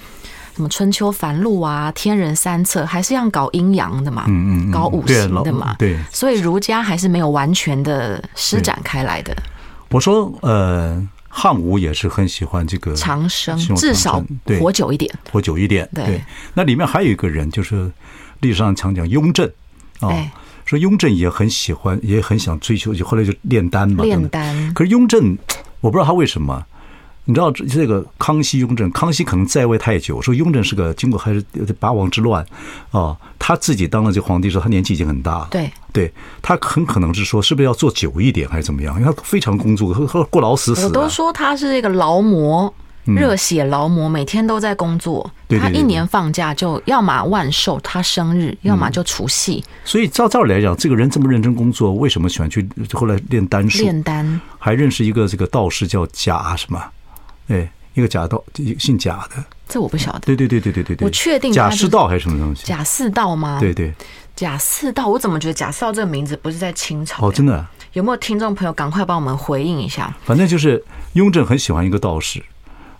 [SPEAKER 2] 什么春秋繁露啊，天人三策，还是要搞阴阳的嘛，
[SPEAKER 1] 嗯嗯嗯
[SPEAKER 2] 搞五
[SPEAKER 1] 对
[SPEAKER 2] 行
[SPEAKER 1] 老
[SPEAKER 2] 的嘛，
[SPEAKER 1] 对
[SPEAKER 2] 所以儒家还是没有完全的施展开来的。
[SPEAKER 1] 我说呃，汉武也是很喜欢这个
[SPEAKER 2] 长生
[SPEAKER 1] 希望长
[SPEAKER 2] 至少
[SPEAKER 1] 生对
[SPEAKER 2] 活久一点，
[SPEAKER 1] 活久一点。
[SPEAKER 2] 对
[SPEAKER 1] 那里面还有一个人，就是历史上常讲雍正啊
[SPEAKER 2] 哎，
[SPEAKER 1] 说雍正也很喜欢，也很想追求，就后来就炼丹嘛。
[SPEAKER 2] 炼
[SPEAKER 1] 等等
[SPEAKER 2] 丹
[SPEAKER 1] 可是雍正，我不知道他为什么。你知道这这个康熙、雍正，康熙可能在位太久，说雍正是个经过还是八王之乱啊，他自己当了这个皇帝之后，他年纪已经很大了，
[SPEAKER 2] 对
[SPEAKER 1] 对，他很可能是说是不是要做久一点还是怎么样？因为他非常工作，和和过劳死啊死的。
[SPEAKER 2] 我都说他是一个劳模，热血劳模，每天都在工作。
[SPEAKER 1] 对对
[SPEAKER 2] 他
[SPEAKER 1] 对嗯
[SPEAKER 2] 一年放假就要么万寿，他生日，要么就除夕
[SPEAKER 1] 所以照照理来讲，这个人这么认真工作，为什么喜欢去后来练丹术？
[SPEAKER 2] 炼丹。
[SPEAKER 1] 还认识一个这个道士叫贾什么，哎，一个贾道，姓贾的，
[SPEAKER 2] 这我不晓得，
[SPEAKER 1] 对对对对对对对，
[SPEAKER 2] 我确定他
[SPEAKER 1] 贾
[SPEAKER 2] 就是
[SPEAKER 1] 师道还是什么东西？
[SPEAKER 2] 贾似道吗？
[SPEAKER 1] 对，对，
[SPEAKER 2] 贾似道，我怎么觉得贾似道这个名字不是在清朝？
[SPEAKER 1] 哦，真
[SPEAKER 2] 的，
[SPEAKER 1] 的啊，
[SPEAKER 2] 有没有听众朋友赶快帮我们回应一下？
[SPEAKER 1] 反正就是雍正很喜欢一个道士，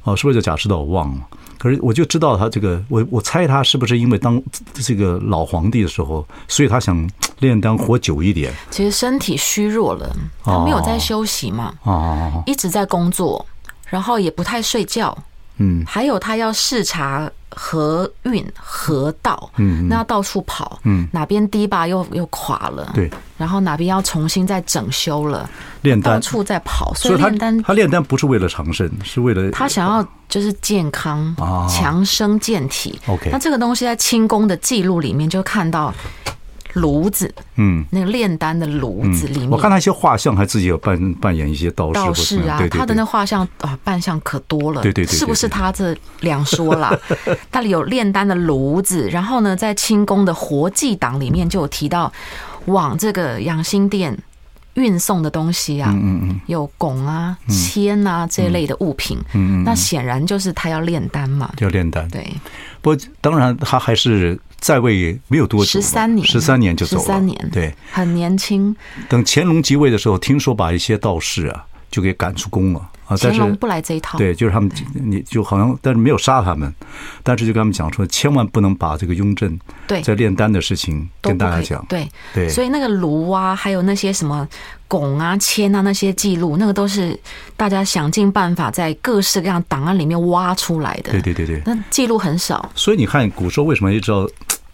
[SPEAKER 1] 哦，是不是叫贾师道？我忘了。可是我就知道他这个，我我猜他是不是因为当这个老皇帝的时候，所以他想炼丹活久一点
[SPEAKER 2] 其实身体虚弱了，他没有
[SPEAKER 1] 哦
[SPEAKER 2] 在休息嘛，
[SPEAKER 1] 啊、哦
[SPEAKER 2] 一直在工作，然后也不太睡觉。
[SPEAKER 1] 嗯，
[SPEAKER 2] 还有他要视察河运河道，嗯，那要到处跑，嗯，哪边堤坝又又垮了，
[SPEAKER 1] 对，
[SPEAKER 2] 然后哪边要重新再整修了，
[SPEAKER 1] 炼
[SPEAKER 2] 到
[SPEAKER 1] 丹。
[SPEAKER 2] 处在跑，所
[SPEAKER 1] 所
[SPEAKER 2] 以
[SPEAKER 1] 以他
[SPEAKER 2] 炼丹
[SPEAKER 1] 他炼丹不是为了长生，是为了
[SPEAKER 2] 他想要就是健康
[SPEAKER 1] 哦、
[SPEAKER 2] 强身健体。
[SPEAKER 1] OK
[SPEAKER 2] 那这个东西在清宫的记录里面就看到炉子，
[SPEAKER 1] 嗯。
[SPEAKER 2] 那个炼丹的炉子里面，
[SPEAKER 1] 我看他一些画像，还自己有扮扮演一些道士
[SPEAKER 2] 道
[SPEAKER 1] 或怎
[SPEAKER 2] 士
[SPEAKER 1] 么样，
[SPEAKER 2] 啊，
[SPEAKER 1] 对对对
[SPEAKER 2] 他的那画像啊，扮相可多了。
[SPEAKER 1] 对对对对对
[SPEAKER 2] 是不是他这两说 啦？那里有炼丹的炉子，然后呢，在清宫的活祭档里面就有提到，往这个养心殿运送的东西啊，嗯嗯有汞啊、
[SPEAKER 1] 嗯
[SPEAKER 2] 铅啊这类的物品。嗯那显然就是他要炼丹嘛。
[SPEAKER 1] 叫炼丹。
[SPEAKER 2] 对，
[SPEAKER 1] 不过当然他还是在位没有多久嘛，
[SPEAKER 2] 13年
[SPEAKER 1] 十三年就走了。
[SPEAKER 2] 13年
[SPEAKER 1] 对，
[SPEAKER 2] 很年轻，
[SPEAKER 1] 等乾隆即位的时候，听说把一些道士啊就给赶出宫了啊，但
[SPEAKER 2] 乾
[SPEAKER 1] 是
[SPEAKER 2] 隆不来这一套。
[SPEAKER 1] 对，就是他们，你就好像，但是没有杀他们，但是就跟他们讲说，千万不能把这个雍正
[SPEAKER 2] 对
[SPEAKER 1] 在炼丹的事情
[SPEAKER 2] 都
[SPEAKER 1] 跟
[SPEAKER 2] 不
[SPEAKER 1] 大
[SPEAKER 2] 可
[SPEAKER 1] 家
[SPEAKER 2] 以
[SPEAKER 1] 讲。
[SPEAKER 2] 对
[SPEAKER 1] 对
[SPEAKER 2] 所以那个炉啊，还有那些什么汞啊、铅啊那些记录，那个都是大家想尽办法在各式各样档案里面挖出来的。
[SPEAKER 1] 对对对对，
[SPEAKER 2] 那记录很少，
[SPEAKER 1] 所以你看，古时候为什么一直要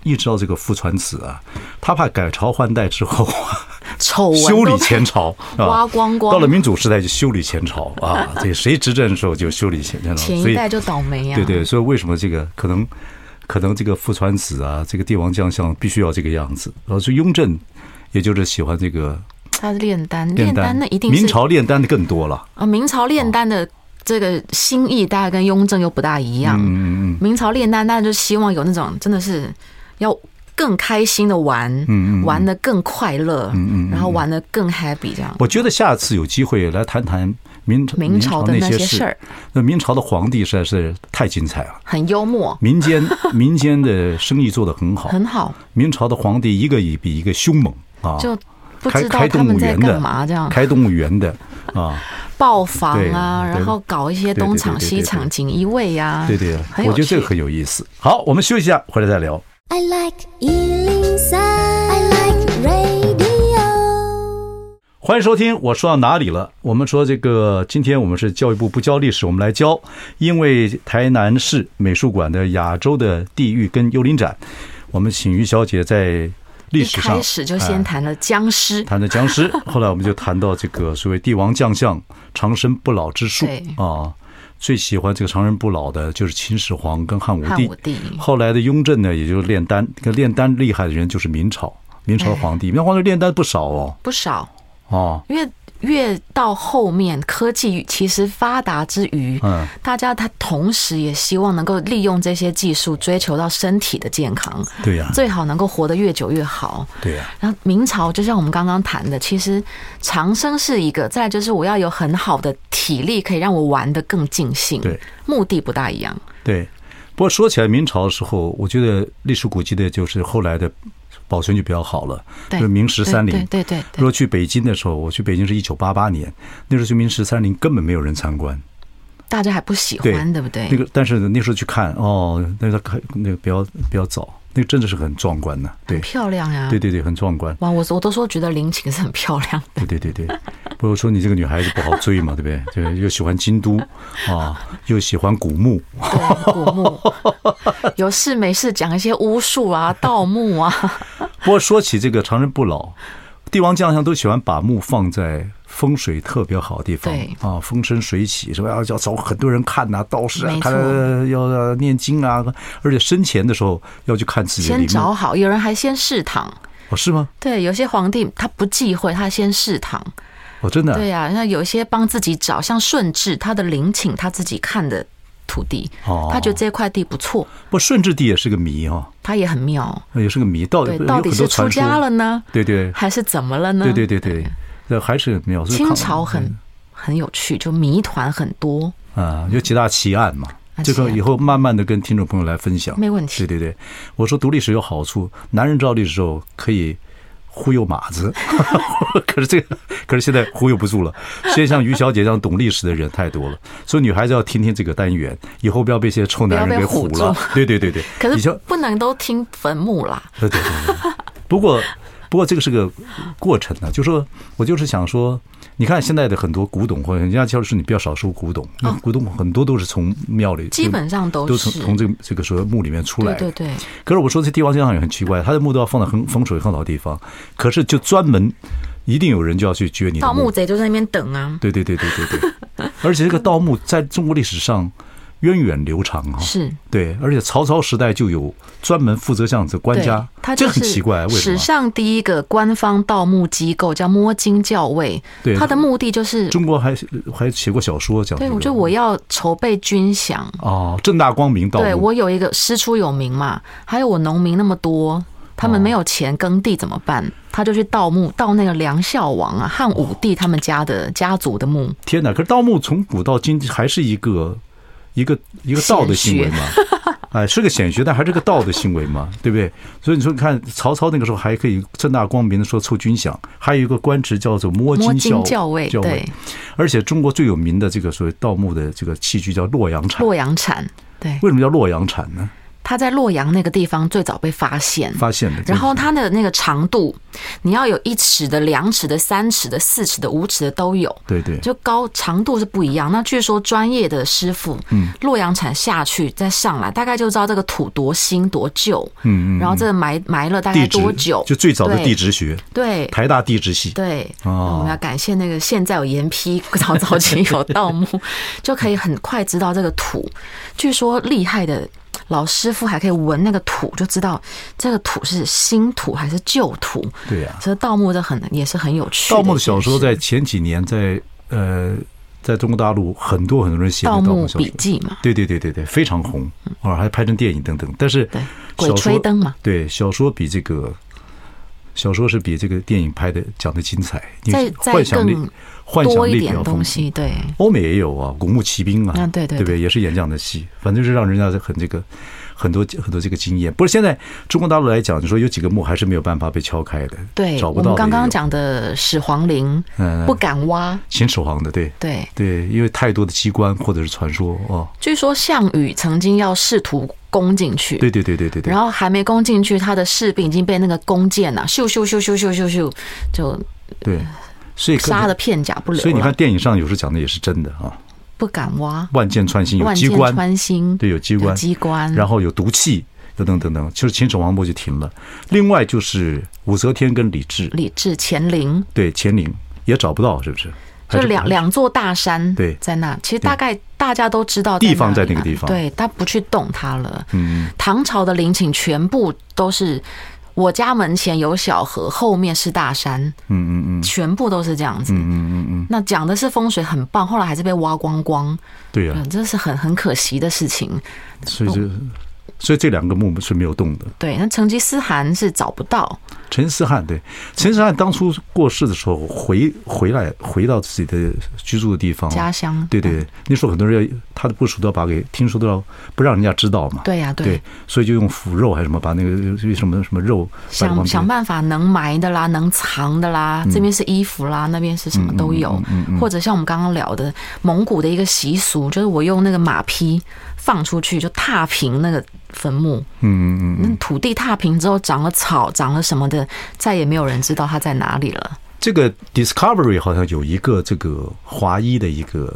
[SPEAKER 1] 一直要这个父传子啊？他怕改朝换代之 后啊。
[SPEAKER 2] 丑闻
[SPEAKER 1] 修
[SPEAKER 2] 都
[SPEAKER 1] 理
[SPEAKER 2] 被
[SPEAKER 1] 前朝，啊
[SPEAKER 2] 挖光光
[SPEAKER 1] 到了民主时代就修理前朝啊，这谁执政的时候就修理前朝，
[SPEAKER 2] 前
[SPEAKER 1] 所
[SPEAKER 2] 一
[SPEAKER 1] 以
[SPEAKER 2] 代就倒霉啊。
[SPEAKER 1] 对对，所以为什么这个可能可能这个父传子啊，这个帝王将相必须要这个样子，然后所以雍正也就是喜欢这个
[SPEAKER 2] 他是炼丹，
[SPEAKER 1] 炼
[SPEAKER 2] 炼
[SPEAKER 1] 丹，
[SPEAKER 2] 丹那一定是
[SPEAKER 1] 明朝炼丹的更多了，
[SPEAKER 2] 啊，明朝炼丹的这个心意大概跟雍正又不大一样。嗯嗯明朝炼丹，那就希望有那种真的是要更开心的玩，嗯嗯玩的更快乐，嗯嗯然后玩的更 happy 这样。
[SPEAKER 1] 我觉得下次有机会来谈谈明朝
[SPEAKER 2] 明朝的
[SPEAKER 1] 那
[SPEAKER 2] 那些事
[SPEAKER 1] 事
[SPEAKER 2] 儿，
[SPEAKER 1] 那明朝的皇帝实在是太精彩了。
[SPEAKER 2] 很幽默，
[SPEAKER 1] 民 间民间的生意做得很好，
[SPEAKER 2] 很好，
[SPEAKER 1] 明朝的皇帝一个也比一个凶猛啊，
[SPEAKER 2] 就不
[SPEAKER 1] 开
[SPEAKER 2] 知道
[SPEAKER 1] 开
[SPEAKER 2] 他
[SPEAKER 1] 动
[SPEAKER 2] 们
[SPEAKER 1] 物
[SPEAKER 2] 在
[SPEAKER 1] 园
[SPEAKER 2] 干
[SPEAKER 1] 的
[SPEAKER 2] 嘛这样，
[SPEAKER 1] 开动物园的啊，
[SPEAKER 2] 爆房啊，
[SPEAKER 1] 对对
[SPEAKER 2] 然后搞一些
[SPEAKER 1] 对对
[SPEAKER 2] 东
[SPEAKER 1] 对
[SPEAKER 2] 厂
[SPEAKER 1] 对
[SPEAKER 2] 西
[SPEAKER 1] 对
[SPEAKER 2] 厂
[SPEAKER 1] 对
[SPEAKER 2] 锦衣卫呀，啊
[SPEAKER 1] 对对，
[SPEAKER 2] 哎很
[SPEAKER 1] 我
[SPEAKER 2] 有
[SPEAKER 1] 觉得这
[SPEAKER 2] 趣
[SPEAKER 1] 个。很有意思。好，我们休息一下，回来再聊。
[SPEAKER 3] I like Ealing Sound. I like radio.
[SPEAKER 1] 欢迎收听，我说到哪里了？我们说这个，今天我们是教育部不教历史，我们来教，因为台南市美术馆的亚洲的地狱跟幽灵展，我们请于小姐在历
[SPEAKER 2] 一
[SPEAKER 1] 史上
[SPEAKER 2] 开始就先
[SPEAKER 1] 哎
[SPEAKER 2] 谈了僵尸，
[SPEAKER 1] 谈的僵尸， 后来我们就谈到这个所谓帝王将相长生不老之术
[SPEAKER 2] 对
[SPEAKER 1] 啊，最喜欢这个长生不老的就是秦始皇跟汉武
[SPEAKER 2] 汉
[SPEAKER 1] 帝
[SPEAKER 2] 武，帝
[SPEAKER 1] 后来的雍正呢，也就是炼丹，这个炼丹厉害的人就是明朝，明朝皇帝，明朝皇帝炼丹不少哦，
[SPEAKER 2] 不少，
[SPEAKER 1] 哦，
[SPEAKER 2] 因为越到后面科技其实发达之余，
[SPEAKER 1] 嗯，
[SPEAKER 2] 大家他同时也希望能够利用这些技术追求到身体的健康，
[SPEAKER 1] 对呀、
[SPEAKER 2] 最好能够活得越久越好。
[SPEAKER 1] 对呀、
[SPEAKER 2] 然后明朝就像我们刚刚谈的，其实长生是一个，再来就是我要有很好的体力，可以让我玩得更尽兴。
[SPEAKER 1] 对，
[SPEAKER 2] 目的不大一样。
[SPEAKER 1] 对，不过说起来明朝的时候，我觉得历史古迹的就是后来的保存就比较好了，就
[SPEAKER 2] 对
[SPEAKER 1] 是明十三陵。
[SPEAKER 2] 对对对
[SPEAKER 1] 如
[SPEAKER 2] 对
[SPEAKER 1] 果去北京的时候，我去北京是一九八八年，那时候去明十三陵根本没有人参观。
[SPEAKER 2] 大家还不喜
[SPEAKER 1] 对
[SPEAKER 2] 欢，对不对？
[SPEAKER 1] 那个，但是那时候去看，哦，那个看那个比较比较早，那个真的是很壮观的、对
[SPEAKER 2] 很，漂亮呀、
[SPEAKER 1] 对对对，很壮 观。
[SPEAKER 2] 哇，我我都说觉得陵寝是很漂亮的，
[SPEAKER 1] 对对对对，不过说你这个女孩子不好追嘛，对不对？对，又喜欢京都啊，又喜欢古墓，
[SPEAKER 2] 对，古 墓有事没事讲一些巫术啊、盗墓啊，
[SPEAKER 1] 不过说起这个长生不老，帝王将相都喜欢把墓放在风水特别好的地方
[SPEAKER 2] 对
[SPEAKER 1] 啊，风生水起，什么要要找很多人看呐、道士啊
[SPEAKER 2] 没，错
[SPEAKER 1] 看呃要要念经啊，而且生前的时候要去看自己的
[SPEAKER 2] 先
[SPEAKER 1] 陵墓
[SPEAKER 2] 找，好，有人还先试堂。
[SPEAKER 1] 哦，是吗？
[SPEAKER 2] 对，有些皇帝他不忌讳，他先试堂。
[SPEAKER 1] 哦，真的啊
[SPEAKER 2] 对呀、那有一些帮自己找，像顺治他的陵寝，他自己看的土地，
[SPEAKER 1] 哦
[SPEAKER 2] 他觉得这块地不错，
[SPEAKER 1] 不，顺治帝也是个谜哈、
[SPEAKER 2] 他也很妙。
[SPEAKER 1] 哦，也是个谜，到底
[SPEAKER 2] 对，
[SPEAKER 1] 有
[SPEAKER 2] 到
[SPEAKER 1] 很
[SPEAKER 2] 底
[SPEAKER 1] 多
[SPEAKER 2] 是
[SPEAKER 1] 传
[SPEAKER 2] 出
[SPEAKER 1] 说
[SPEAKER 2] 家了呢，
[SPEAKER 1] 对对
[SPEAKER 2] 还是怎么了呢？嗯
[SPEAKER 1] 对对对对，这还是没有。所以
[SPEAKER 2] 清
[SPEAKER 1] 看
[SPEAKER 2] 朝很很有趣，就谜团很多。
[SPEAKER 1] 啊，有几大奇案嘛。
[SPEAKER 2] 啊
[SPEAKER 1] 这个
[SPEAKER 2] 奇案
[SPEAKER 1] 以后慢慢的跟听众朋友来分享，
[SPEAKER 2] 没问
[SPEAKER 1] 对
[SPEAKER 2] 题
[SPEAKER 1] 对对，我说读历史有好处，男人知道历史之后可以忽悠马子， 可是这个，可是现在忽悠不住了。所以像于小姐这样懂历史的人太多了，所以女孩子要听听这个单元，以后不要被这些臭男
[SPEAKER 2] 不
[SPEAKER 1] 人给
[SPEAKER 2] 要被
[SPEAKER 1] 唬
[SPEAKER 2] 唬
[SPEAKER 1] 了
[SPEAKER 2] 住。
[SPEAKER 1] 对对对对，
[SPEAKER 2] 可
[SPEAKER 1] 以
[SPEAKER 2] 是
[SPEAKER 1] 前
[SPEAKER 2] 不能都听坟墓啦，
[SPEAKER 1] 对对对对。 不过，不过这个是个过程啊，就说我就是想说，你看现在的很多古董，或者人家就是你不要少收古董，那古董很多都是从庙里，
[SPEAKER 2] 哦基本上都
[SPEAKER 1] 都
[SPEAKER 2] 是
[SPEAKER 1] 从从这个这个所谓墓里面出来
[SPEAKER 2] 对
[SPEAKER 1] 的。
[SPEAKER 2] 对对，
[SPEAKER 1] 可是我说这帝王将相也很奇怪，他的墓都要放在很风水很好的地方，可是就专门一定有人就要去掘你
[SPEAKER 2] 盗
[SPEAKER 1] 的
[SPEAKER 2] 墓贼就在那边等啊。
[SPEAKER 1] 对对对对对对， 而且这个盗墓在中国历史上源远流长啊。
[SPEAKER 2] 是
[SPEAKER 1] 对，而且曹操时代就有专门负责这样子官
[SPEAKER 2] 对，
[SPEAKER 1] 家，
[SPEAKER 2] 他
[SPEAKER 1] 这
[SPEAKER 2] 就
[SPEAKER 1] 很
[SPEAKER 2] 是
[SPEAKER 1] 奇怪，为什
[SPEAKER 2] 史
[SPEAKER 1] 么？
[SPEAKER 2] 上第一个官方盗墓机构叫摸金校尉
[SPEAKER 1] 对，
[SPEAKER 2] 他的目的就是，
[SPEAKER 1] 中国还还写过小说讲这
[SPEAKER 2] 对
[SPEAKER 1] 个、
[SPEAKER 2] 我觉得我要筹备军饷。
[SPEAKER 1] 哦，正大光明盗墓，
[SPEAKER 2] 对我有一个师出有名嘛，还有我农民那么多，他们没有钱耕地怎么办？他就去盗墓，盗那个梁孝王啊、汉武帝他们家的家族的墓。
[SPEAKER 1] 天哪！可是盗墓从古到今还是一个一个一个道的行为嘛， 哎，是个显学，但还是个道的行为嘛，对不对？所以你说，你看曹操那个时候还可以正大光明的说凑军饷，还有一个官职叫做摸
[SPEAKER 2] 摸
[SPEAKER 1] 金
[SPEAKER 2] 金校尉，
[SPEAKER 1] 校
[SPEAKER 2] 对，
[SPEAKER 1] 而且中国最有名的这个所谓盗墓的这个器具叫洛阳铲。
[SPEAKER 2] 洛阳铲，对，
[SPEAKER 1] 为什么叫洛阳铲呢？
[SPEAKER 2] 他在洛阳那个地方最早被发现。
[SPEAKER 1] 发现的。
[SPEAKER 2] 然后它的那个长度，你要有一尺的、两尺的、三尺的、四尺的、五尺的都有，
[SPEAKER 1] 对对
[SPEAKER 2] 就高长度是不一样。那据说专业的师傅，
[SPEAKER 1] 嗯
[SPEAKER 2] 洛阳铲下去再上来，大概就知道这个土多新多旧，
[SPEAKER 1] 嗯
[SPEAKER 2] 然后这个埋埋了大概
[SPEAKER 1] 地质
[SPEAKER 2] 多久？
[SPEAKER 1] 就最早的
[SPEAKER 2] 对
[SPEAKER 1] 地质学，
[SPEAKER 2] 对
[SPEAKER 1] 台大地质系。
[SPEAKER 2] 对，
[SPEAKER 1] 哦
[SPEAKER 2] 那我们要感谢那个现在有岩批， 早早前有盗墓，就可以很快知道这个土。据说厉害的老师傅还可以闻那个土，就知道这个土是新土还是旧土。
[SPEAKER 1] 对呀、
[SPEAKER 2] 所以盗墓这很也是很有趣。
[SPEAKER 1] 盗墓的小说在前几年在呃，在中国大陆很多很多人写的
[SPEAKER 2] 《盗
[SPEAKER 1] 盗墓
[SPEAKER 2] 墓
[SPEAKER 1] 小说
[SPEAKER 2] 笔。记》嘛，
[SPEAKER 1] 对对对对对，非常红，啊，还拍成电影等等。但是
[SPEAKER 2] 对，《
[SPEAKER 1] 小
[SPEAKER 2] 鬼
[SPEAKER 1] 说
[SPEAKER 2] 吹灯》嘛，
[SPEAKER 1] 对小说比这个小说是比这个电影拍的讲的精彩，你
[SPEAKER 2] 再再
[SPEAKER 1] 幻想力
[SPEAKER 2] 更
[SPEAKER 1] 幻
[SPEAKER 2] 多
[SPEAKER 1] 想
[SPEAKER 2] 一
[SPEAKER 1] 力比
[SPEAKER 2] 点
[SPEAKER 1] 较丰
[SPEAKER 2] 东
[SPEAKER 1] 富。
[SPEAKER 2] 西，对，
[SPEAKER 1] 欧美也有啊，《古墓奇兵》啊，
[SPEAKER 2] 啊对对
[SPEAKER 1] 不对？也是演这样的戏，反正是让人家很这个很多很多这个经验。不是现在中国大陆来讲，你说有几个墓还是没有办法被敲开的，
[SPEAKER 2] 对。
[SPEAKER 1] 找不
[SPEAKER 2] 我
[SPEAKER 1] 到的也有。
[SPEAKER 2] 们刚刚讲的始皇陵
[SPEAKER 1] 嗯，
[SPEAKER 2] 不敢挖，
[SPEAKER 1] 秦始皇的，对
[SPEAKER 2] 对，
[SPEAKER 1] 对，因为太多的机关或者是传说哦，
[SPEAKER 2] 据说项羽曾经要试图攻进去。
[SPEAKER 1] 对对对对对对
[SPEAKER 2] 然，后还没攻进去，他的士兵已经被那个弓箭呐、咻咻咻咻咻咻咻，就
[SPEAKER 1] 对，所以
[SPEAKER 2] 杀的片甲不留了。啊
[SPEAKER 1] 所以你看电影上有时候讲的也是真的啊，
[SPEAKER 2] 不敢挖，
[SPEAKER 1] 万箭穿心有
[SPEAKER 2] 万
[SPEAKER 1] 机
[SPEAKER 2] 箭
[SPEAKER 1] 关，
[SPEAKER 2] 穿心，
[SPEAKER 1] 对，有机关，
[SPEAKER 2] 机关，
[SPEAKER 1] 然后有毒气等等等等，就是秦始皇末就停了。另外就是武则天跟李治，
[SPEAKER 2] 李治、乾陵，
[SPEAKER 1] 对乾陵也找不到，是不是？
[SPEAKER 2] 就
[SPEAKER 1] 还是
[SPEAKER 2] 两两座大山
[SPEAKER 1] 对
[SPEAKER 2] 在那，其实大概大家都知道
[SPEAKER 1] 地方在
[SPEAKER 2] 哪里
[SPEAKER 1] 那
[SPEAKER 2] 啊
[SPEAKER 1] 个地方
[SPEAKER 2] 对他不去动它了。嗯，唐朝的陵寝全部都是我家门前有小河，后面是大山，
[SPEAKER 1] 嗯嗯嗯
[SPEAKER 2] 全部都是这样子。
[SPEAKER 1] 嗯嗯嗯，
[SPEAKER 2] 那讲的是风水很棒，后来还是被挖光光，
[SPEAKER 1] 对呀、
[SPEAKER 2] 嗯，这是很很可惜的事情。
[SPEAKER 1] 所以这
[SPEAKER 2] 嗯
[SPEAKER 1] 所以这两个墓是没有动的。
[SPEAKER 2] 对，那成吉思汗是找不到，
[SPEAKER 1] 陈思翰对，陈思翰当初过世的时候回回来回到自己的居住的地方，
[SPEAKER 2] 家乡嗯
[SPEAKER 1] 对对，那时候很多人要他的部署都要把给听说都要不让人家知道嘛，
[SPEAKER 2] 对呀、对，
[SPEAKER 1] 所以就用腐肉还是什么把那个什么什么肉摆在旁
[SPEAKER 2] 想
[SPEAKER 1] 边嗯
[SPEAKER 2] 想办法能埋的啦，能藏的啦，这边是衣服啦，那边是什么都有，或者像我们刚刚聊的蒙古的一个习俗，就是我用那个马匹放出去，就踏平那个坟墓，
[SPEAKER 1] 嗯嗯嗯。
[SPEAKER 2] 那土地踏平之后长了草，长了什么的，再也没有人知道它在哪里了。
[SPEAKER 1] 这个 Discovery 好像有一个这个华裔的一个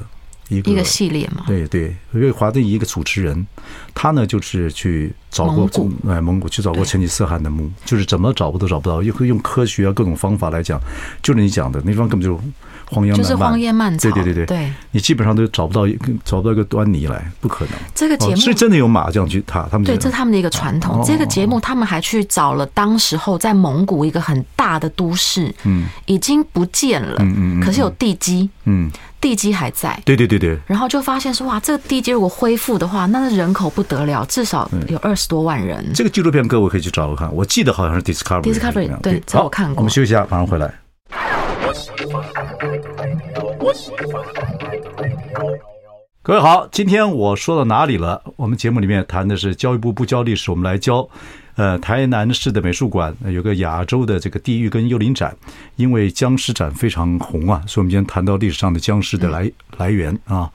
[SPEAKER 1] 一个
[SPEAKER 2] 一个系列嘛，
[SPEAKER 1] 对对，因为华裔一个主持人，他呢就是去找过
[SPEAKER 2] 蒙古
[SPEAKER 1] 哎蒙古去找过成吉思汗的墓，就是怎么找都找不到，又用科学啊各种方法来讲，就是你讲的那地方根本就是荒烟
[SPEAKER 2] 就是
[SPEAKER 1] 漫
[SPEAKER 2] 荒烟漫草，
[SPEAKER 1] 对对对对，你基本上都找不到一个找不到一个端倪来，不可能。
[SPEAKER 2] 这个节
[SPEAKER 1] 哦，
[SPEAKER 2] 目
[SPEAKER 1] 是真的有马这样去踏，他们
[SPEAKER 2] 对，
[SPEAKER 1] 觉
[SPEAKER 2] 这
[SPEAKER 1] 得
[SPEAKER 2] 是他们的一个传统。这个节目他们还去找了当时候在蒙古一个很大的都市，嗯，已经不见了，
[SPEAKER 1] 嗯嗯嗯
[SPEAKER 2] 可是有地基，
[SPEAKER 1] 嗯，
[SPEAKER 2] 地基还在。
[SPEAKER 1] 对对对对，
[SPEAKER 2] 然后就发现说，哇，这个地基如果恢复的话，那人口不得了，至少有二十多万人。
[SPEAKER 1] 这个纪录片各位可以去找找看，我记得好像是 Discovery 还是
[SPEAKER 2] 嗯 Discovery，
[SPEAKER 1] 怎么样
[SPEAKER 2] 对这
[SPEAKER 1] 好
[SPEAKER 2] 我看过
[SPEAKER 1] 我们休息一下，马上回来。各位好，今天我说到哪里了？我们节目里面谈的是教育部不教历史，我们来教。呃，台南市的美术馆呃有个亚洲的这个地狱跟幽灵展，因为僵尸展非常红啊，所以我们今天谈到历史上的僵尸的来来源啊，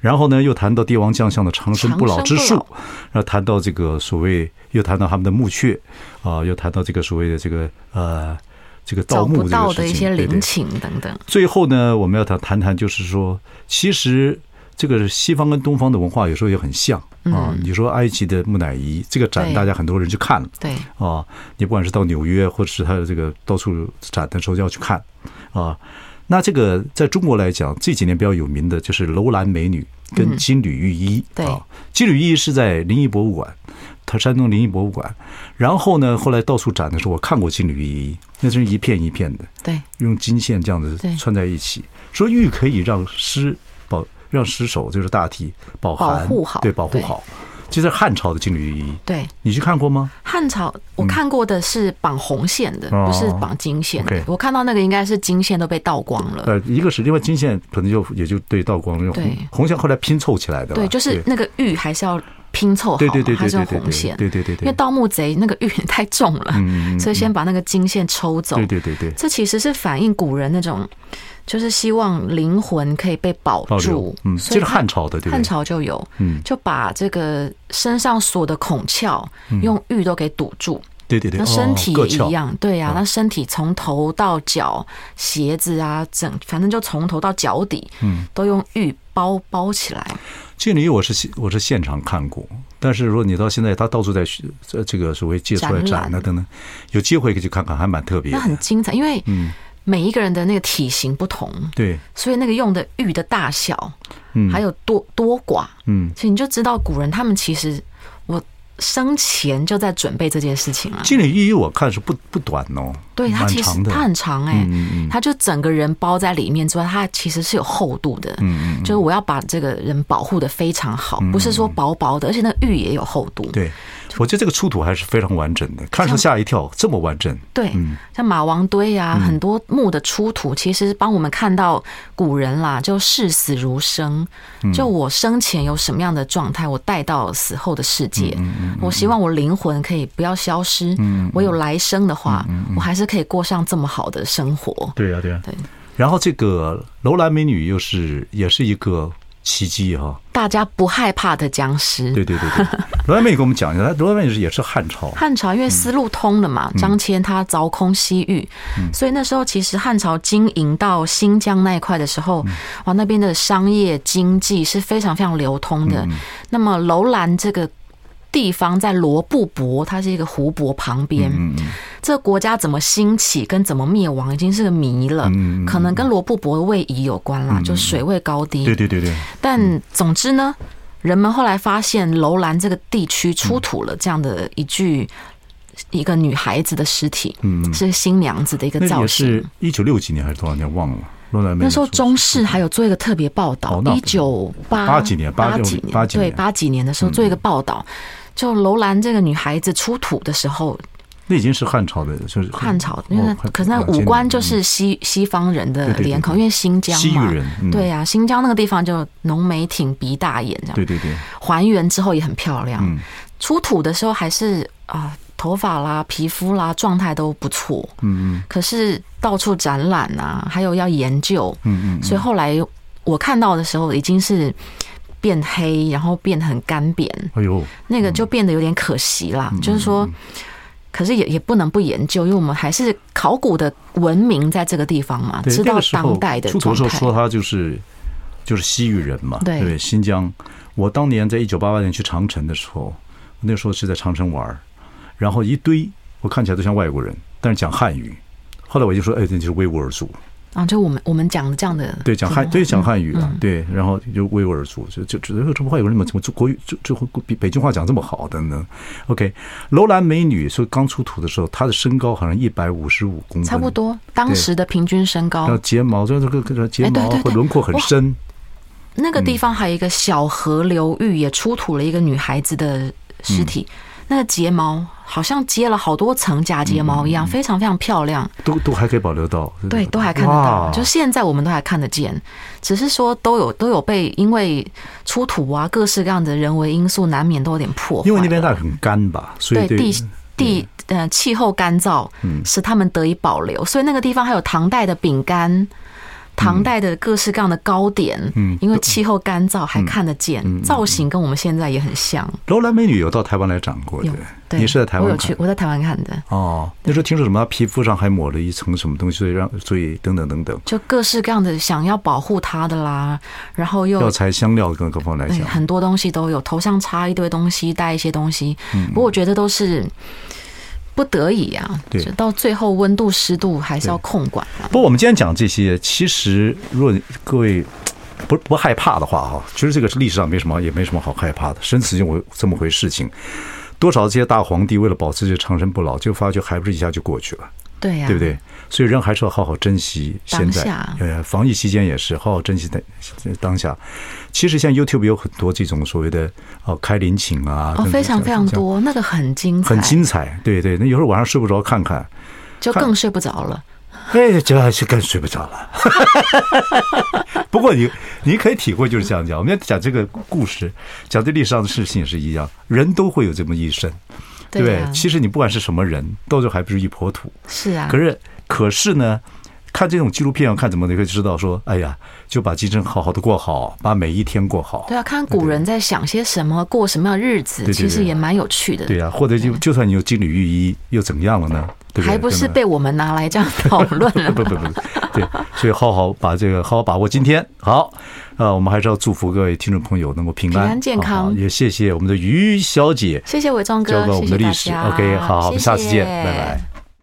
[SPEAKER 1] 然后呢又谈到帝王将相的长生不老之术
[SPEAKER 2] 长生不，
[SPEAKER 1] 然后谈到这个所谓，又谈到他们的墓穴啊、又谈到这个所谓的这个呃这个
[SPEAKER 2] 找
[SPEAKER 1] 盗墓
[SPEAKER 2] 不
[SPEAKER 1] 这个
[SPEAKER 2] 到
[SPEAKER 1] 事情，
[SPEAKER 2] 的一些
[SPEAKER 1] 对对
[SPEAKER 2] 陵寝等等，
[SPEAKER 1] 最后呢，我们要谈谈谈，就是说，其实这个西方跟东方的文化有时候也很像啊。你说埃及的木乃伊这个展，
[SPEAKER 2] 嗯对
[SPEAKER 1] 大家很多人去看了
[SPEAKER 2] 对，
[SPEAKER 1] 啊。你不管是到纽约，或者是他的这个到处展的时候要去看啊。那这个在中国来讲，这几年比较有名的就是楼兰美女跟金缕玉衣。
[SPEAKER 2] 嗯对
[SPEAKER 1] 啊，金缕玉衣是在临沂博物馆。它山东临沂博物馆，然后呢，后来到处展的时候，我看过金缕玉衣，那真是一片一片的。
[SPEAKER 2] 对，
[SPEAKER 1] 用金线这样子
[SPEAKER 2] 对
[SPEAKER 1] 穿在一起，说玉可以让尸保让尸首就是大体保
[SPEAKER 2] 保
[SPEAKER 1] 寒
[SPEAKER 2] 护好
[SPEAKER 1] 对保护
[SPEAKER 2] 对
[SPEAKER 1] 好。这是汉朝的金缕玉衣，
[SPEAKER 2] 对。
[SPEAKER 1] 你去看过吗？
[SPEAKER 2] 汉朝我看过的是绑红线的，
[SPEAKER 1] 哦
[SPEAKER 2] 不是绑金线的
[SPEAKER 1] OK。
[SPEAKER 2] 我看到那个应该是金线都被倒光了。
[SPEAKER 1] 呃，一个是另外金线可能就也就对道光用
[SPEAKER 2] 对
[SPEAKER 1] 红线后来拼凑起来的吧，
[SPEAKER 2] 对，就是那个玉还是要拼凑好嘛，
[SPEAKER 1] 对对对
[SPEAKER 2] 还
[SPEAKER 1] 对
[SPEAKER 2] 是用
[SPEAKER 1] 对对
[SPEAKER 2] 红线。
[SPEAKER 1] 对对对
[SPEAKER 2] 因为
[SPEAKER 1] 对，
[SPEAKER 2] 盗墓贼那个玉也太重了，
[SPEAKER 1] 嗯嗯嗯
[SPEAKER 2] 所以先把那个金线抽走。
[SPEAKER 1] 对对对对，
[SPEAKER 2] 这其实是反映古人那种，就是希望灵魂可以被保
[SPEAKER 1] 保留
[SPEAKER 2] 住。
[SPEAKER 1] 嗯，
[SPEAKER 2] 所
[SPEAKER 1] 这
[SPEAKER 2] 以
[SPEAKER 1] 是
[SPEAKER 2] 他
[SPEAKER 1] 汉朝的对不
[SPEAKER 2] 汉
[SPEAKER 1] 对？
[SPEAKER 2] 朝就有，
[SPEAKER 1] 嗯
[SPEAKER 2] 就把这个身上所有的孔窍用玉都给堵住，
[SPEAKER 1] 对对对，
[SPEAKER 2] 那身体
[SPEAKER 1] 哦各
[SPEAKER 2] 也
[SPEAKER 1] 窍
[SPEAKER 2] 一样，对呀、那身体从头到脚，鞋子啊，整反正就从头到脚底，嗯，都用玉包包起来。
[SPEAKER 1] 这里我是现我是现场看过，但是说你到现在，他到处在学呃这这个所谓借出来
[SPEAKER 2] 展览
[SPEAKER 1] 展啊等等，有机会可以去看看，还蛮特别
[SPEAKER 2] 那
[SPEAKER 1] 的。
[SPEAKER 2] 很精彩，因为
[SPEAKER 1] 嗯
[SPEAKER 2] 每一个人的那个体型不同，
[SPEAKER 1] 对，
[SPEAKER 2] 所以那个用的玉的大小，
[SPEAKER 1] 嗯
[SPEAKER 2] 还有多多寡，
[SPEAKER 1] 嗯，
[SPEAKER 2] 所以你就知道古人他们其实我生前就在准备这件事情了。
[SPEAKER 1] 金缕玉衣我看是不不短哦，
[SPEAKER 2] 啊对它
[SPEAKER 1] 蛮
[SPEAKER 2] 其
[SPEAKER 1] 长
[SPEAKER 2] 实
[SPEAKER 1] 的，
[SPEAKER 2] 它很长哎、
[SPEAKER 1] 嗯嗯
[SPEAKER 2] 它就整个人包在里面之外，它其实是有厚度的。
[SPEAKER 1] 嗯嗯，
[SPEAKER 2] 就是我要把这个人保护的非常好，不是说薄薄的，而且那个玉也有厚度。
[SPEAKER 1] 对，我觉得这个出土还是非常完整的，看上吓一跳，这么完整，
[SPEAKER 2] 对，像马王堆呀、很多墓的出土，其实帮我们看到古人啦，就视死如生。就我生前有什么样的状态，我带到死后的世界。我希望我灵魂可以不要消失。我有来生的话，我还是可以过上这么好的生活。
[SPEAKER 1] 对呀、对呀、
[SPEAKER 2] 对
[SPEAKER 1] 然后这个楼兰美女又是也是一个奇迹哈、
[SPEAKER 2] 大家不害怕的僵尸。
[SPEAKER 1] 对对对 对，罗兰妹给我们讲一下，她罗兰妹也是汉朝，
[SPEAKER 2] 汉朝因为思路通了
[SPEAKER 1] 嗯
[SPEAKER 2] 嘛，张骞他凿空西域，所以那时候其实汉朝经营到新疆那一块的时候，
[SPEAKER 1] 嗯
[SPEAKER 2] 哇，那边的商业经济是非常非常流通
[SPEAKER 1] 嗯
[SPEAKER 2] 的。那么楼兰这个。地方在罗布泊，它是一个湖泊旁边。
[SPEAKER 1] 嗯嗯
[SPEAKER 2] 这个国家怎么兴起跟怎么灭亡已经是个谜了，
[SPEAKER 1] 嗯嗯嗯嗯
[SPEAKER 2] 可能跟罗布泊的位移有关啦，就水位高低。
[SPEAKER 1] 对对对对，
[SPEAKER 2] 但总之呢，人们后来发现楼兰这个地区出土了这样的一具。一个女孩子的尸体，
[SPEAKER 1] 嗯
[SPEAKER 2] 是新娘子的一个
[SPEAKER 1] 那
[SPEAKER 2] 造
[SPEAKER 1] 也
[SPEAKER 2] 型
[SPEAKER 1] 是。一九六几年还是多少年忘了，罗兰妹
[SPEAKER 2] 那时候
[SPEAKER 1] 出
[SPEAKER 2] 中视还有做一个特别报道
[SPEAKER 1] 哦，那
[SPEAKER 2] 一九八
[SPEAKER 1] 八几年八
[SPEAKER 2] 八
[SPEAKER 1] 六
[SPEAKER 2] 几
[SPEAKER 1] 八
[SPEAKER 2] 年，
[SPEAKER 1] 几年嗯
[SPEAKER 2] 对八几年的时候做一个报道，就楼兰这个女孩子出土的时候，
[SPEAKER 1] 那已经是汉朝的，就是
[SPEAKER 2] 汉朝，因为那
[SPEAKER 1] 哦快
[SPEAKER 2] 可是那
[SPEAKER 1] 两千
[SPEAKER 2] 五
[SPEAKER 1] 年
[SPEAKER 2] 官
[SPEAKER 1] 嗯
[SPEAKER 2] 就是西西方人的
[SPEAKER 1] 对对对
[SPEAKER 2] 脸孔，因为新疆
[SPEAKER 1] 西域
[SPEAKER 2] 嘛，
[SPEAKER 1] 人，嗯
[SPEAKER 2] 对啊，新疆那个地方就浓眉挺鼻大眼这样，
[SPEAKER 1] 对对对，
[SPEAKER 2] 还原之后也很漂亮。
[SPEAKER 1] 嗯
[SPEAKER 2] 出土的时候还是啊，头发啦、皮肤啦状态都不错，
[SPEAKER 1] 嗯
[SPEAKER 2] 可是到处展览啊，还有要研究，
[SPEAKER 1] 嗯嗯嗯，
[SPEAKER 2] 所以后来我看到的时候已经是变黑，然后变得很干扁，
[SPEAKER 1] 哎呦，
[SPEAKER 2] 那个就变得有点可惜
[SPEAKER 1] 嗯
[SPEAKER 2] 啦。就是说，可是也也不能不研究，因为我们还是考古的文明在这个地方嘛，
[SPEAKER 1] 对，
[SPEAKER 2] 知
[SPEAKER 1] 那
[SPEAKER 2] 道
[SPEAKER 1] 个时候
[SPEAKER 2] 当代的
[SPEAKER 1] 出土的
[SPEAKER 2] 状
[SPEAKER 1] 时候
[SPEAKER 2] 态。
[SPEAKER 1] 说他就是就是西域人嘛，
[SPEAKER 2] 对
[SPEAKER 1] 对不对，新疆。我当年在一九八八年去长城的时候，那时候是在长城玩儿，然后一堆我看起来都像外国人，但是讲汉语。后来我就说，哎，那就是维吾尔族，
[SPEAKER 2] 啊，就我们我们讲的这样的嗯
[SPEAKER 1] 对，讲汉，
[SPEAKER 2] 这
[SPEAKER 1] 对，
[SPEAKER 2] 种
[SPEAKER 1] 讲汉语的，对，然后就维吾尔族，就就只有这么外国人怎么怎么中国语就就比北京话讲这么好的呢？OK，楼兰美女说刚出土的时候，她的身高好像一百五十五公分，
[SPEAKER 2] 差不多当时的平均身
[SPEAKER 1] 然后
[SPEAKER 2] 高。
[SPEAKER 1] 睫毛，就是这个睫
[SPEAKER 2] 哎对
[SPEAKER 1] 毛
[SPEAKER 2] 对
[SPEAKER 1] 和
[SPEAKER 2] 对
[SPEAKER 1] 轮廓很
[SPEAKER 2] 哇
[SPEAKER 1] 深，
[SPEAKER 2] 那个地方还有一个小河流域，也出土了一个女孩子的尸体，那个睫毛好像接了好多层假睫毛一样，非常非常漂亮。
[SPEAKER 1] 都都还可以保留到，
[SPEAKER 2] 嗯对，都还看得
[SPEAKER 1] 哇
[SPEAKER 2] 到，就现在我们都还看得见，只是说都有都有被因为出土啊各式各样的人为因素，难免都有点破坏。
[SPEAKER 1] 因为那边那很干吧，所以
[SPEAKER 2] 对地地呃气候干燥，
[SPEAKER 1] 嗯
[SPEAKER 2] 使他们得以保留，所以那个地方还有唐代的饼干。唐代的各式各样的糕点，
[SPEAKER 1] 嗯
[SPEAKER 2] 因为气候干燥还看得见，
[SPEAKER 1] 嗯嗯嗯
[SPEAKER 2] 造型跟我们现在也很像。
[SPEAKER 1] 楼兰美女有到台湾来长过的
[SPEAKER 2] 有，对，
[SPEAKER 1] 哦你是在台湾
[SPEAKER 2] 我有
[SPEAKER 1] 看
[SPEAKER 2] 去，我在台湾看的，
[SPEAKER 1] 哦，那时候听说什么她皮肤上还抹了一层什么东西，所以让所以等等等等，
[SPEAKER 2] 就各式各样的想要保护它的啦，然后又
[SPEAKER 1] 药材香料跟各方面来
[SPEAKER 2] 对，
[SPEAKER 1] 讲，
[SPEAKER 2] 很多东西都有，头上插一堆东
[SPEAKER 1] 嗯
[SPEAKER 2] 西，戴一些东西。不过我觉得都是不得已啊，
[SPEAKER 1] 对
[SPEAKER 2] 就到最后温度湿度还是要控管啊。
[SPEAKER 1] 不过我们今天讲这些，其实如果各位不不害怕的话哈，其实这个是历史上没什么也没什么好害怕的，生死就我这么回事情。多少这些大皇帝为了保持这长生不老，就发觉还不是一下就过去了，
[SPEAKER 2] 对呀、
[SPEAKER 1] 对不？对？所以人还是要好好珍惜现在
[SPEAKER 2] 当下，
[SPEAKER 1] 呃，防疫期间也是好好珍惜在当下。其实现在 YouTube 有很多这种所谓的哦开林寝啊，等
[SPEAKER 2] 哦，
[SPEAKER 1] 等
[SPEAKER 2] 非常
[SPEAKER 1] 这
[SPEAKER 2] 非
[SPEAKER 1] 样
[SPEAKER 2] 常
[SPEAKER 1] 这样
[SPEAKER 2] 多，那个很精彩，
[SPEAKER 1] 很精彩。对对，那有时候晚上睡不着看看，
[SPEAKER 2] 就
[SPEAKER 1] 看
[SPEAKER 2] 更睡不着了。
[SPEAKER 1] 哎，这还是更睡不着了。 不过你你可以体会就是这样讲，我们要讲这个故事，讲这历史上的事情也是一样，人都会有这么一生，对不
[SPEAKER 2] 对
[SPEAKER 1] 对？
[SPEAKER 2] 啊，
[SPEAKER 1] 其实你不管是什么人，到最后还不是一坨土。
[SPEAKER 2] 是啊
[SPEAKER 1] 可，是可是呢，看这种纪录片要看怎么你可以知道说，哎呀，就把今生好好的过好，把每一天过好。
[SPEAKER 2] 对啊，看古人在想些什么，过什么样的日子，
[SPEAKER 1] 对对对
[SPEAKER 2] 其实也蛮有趣的。
[SPEAKER 1] 对呀、或者就就算你有金缕玉衣，又怎样了呢？对不对？
[SPEAKER 2] 还不是
[SPEAKER 1] 真的
[SPEAKER 2] 被我们拿 来这样讨论了。
[SPEAKER 1] 不不不，不，对，所以好好把这个好好把握今天。好，呃，我们还是要祝福各位听众朋友能够平安
[SPEAKER 2] 平安健康
[SPEAKER 1] 好好也谢谢我们的于小姐
[SPEAKER 2] 谢谢伟忠
[SPEAKER 1] 教
[SPEAKER 2] 哥
[SPEAKER 1] 给，我
[SPEAKER 2] 谢
[SPEAKER 1] 们
[SPEAKER 2] 谢
[SPEAKER 1] 的
[SPEAKER 2] 大
[SPEAKER 1] 历史。
[SPEAKER 2] 家。
[SPEAKER 1] OK，好好，我们下次见，
[SPEAKER 2] 谢谢
[SPEAKER 1] 拜拜。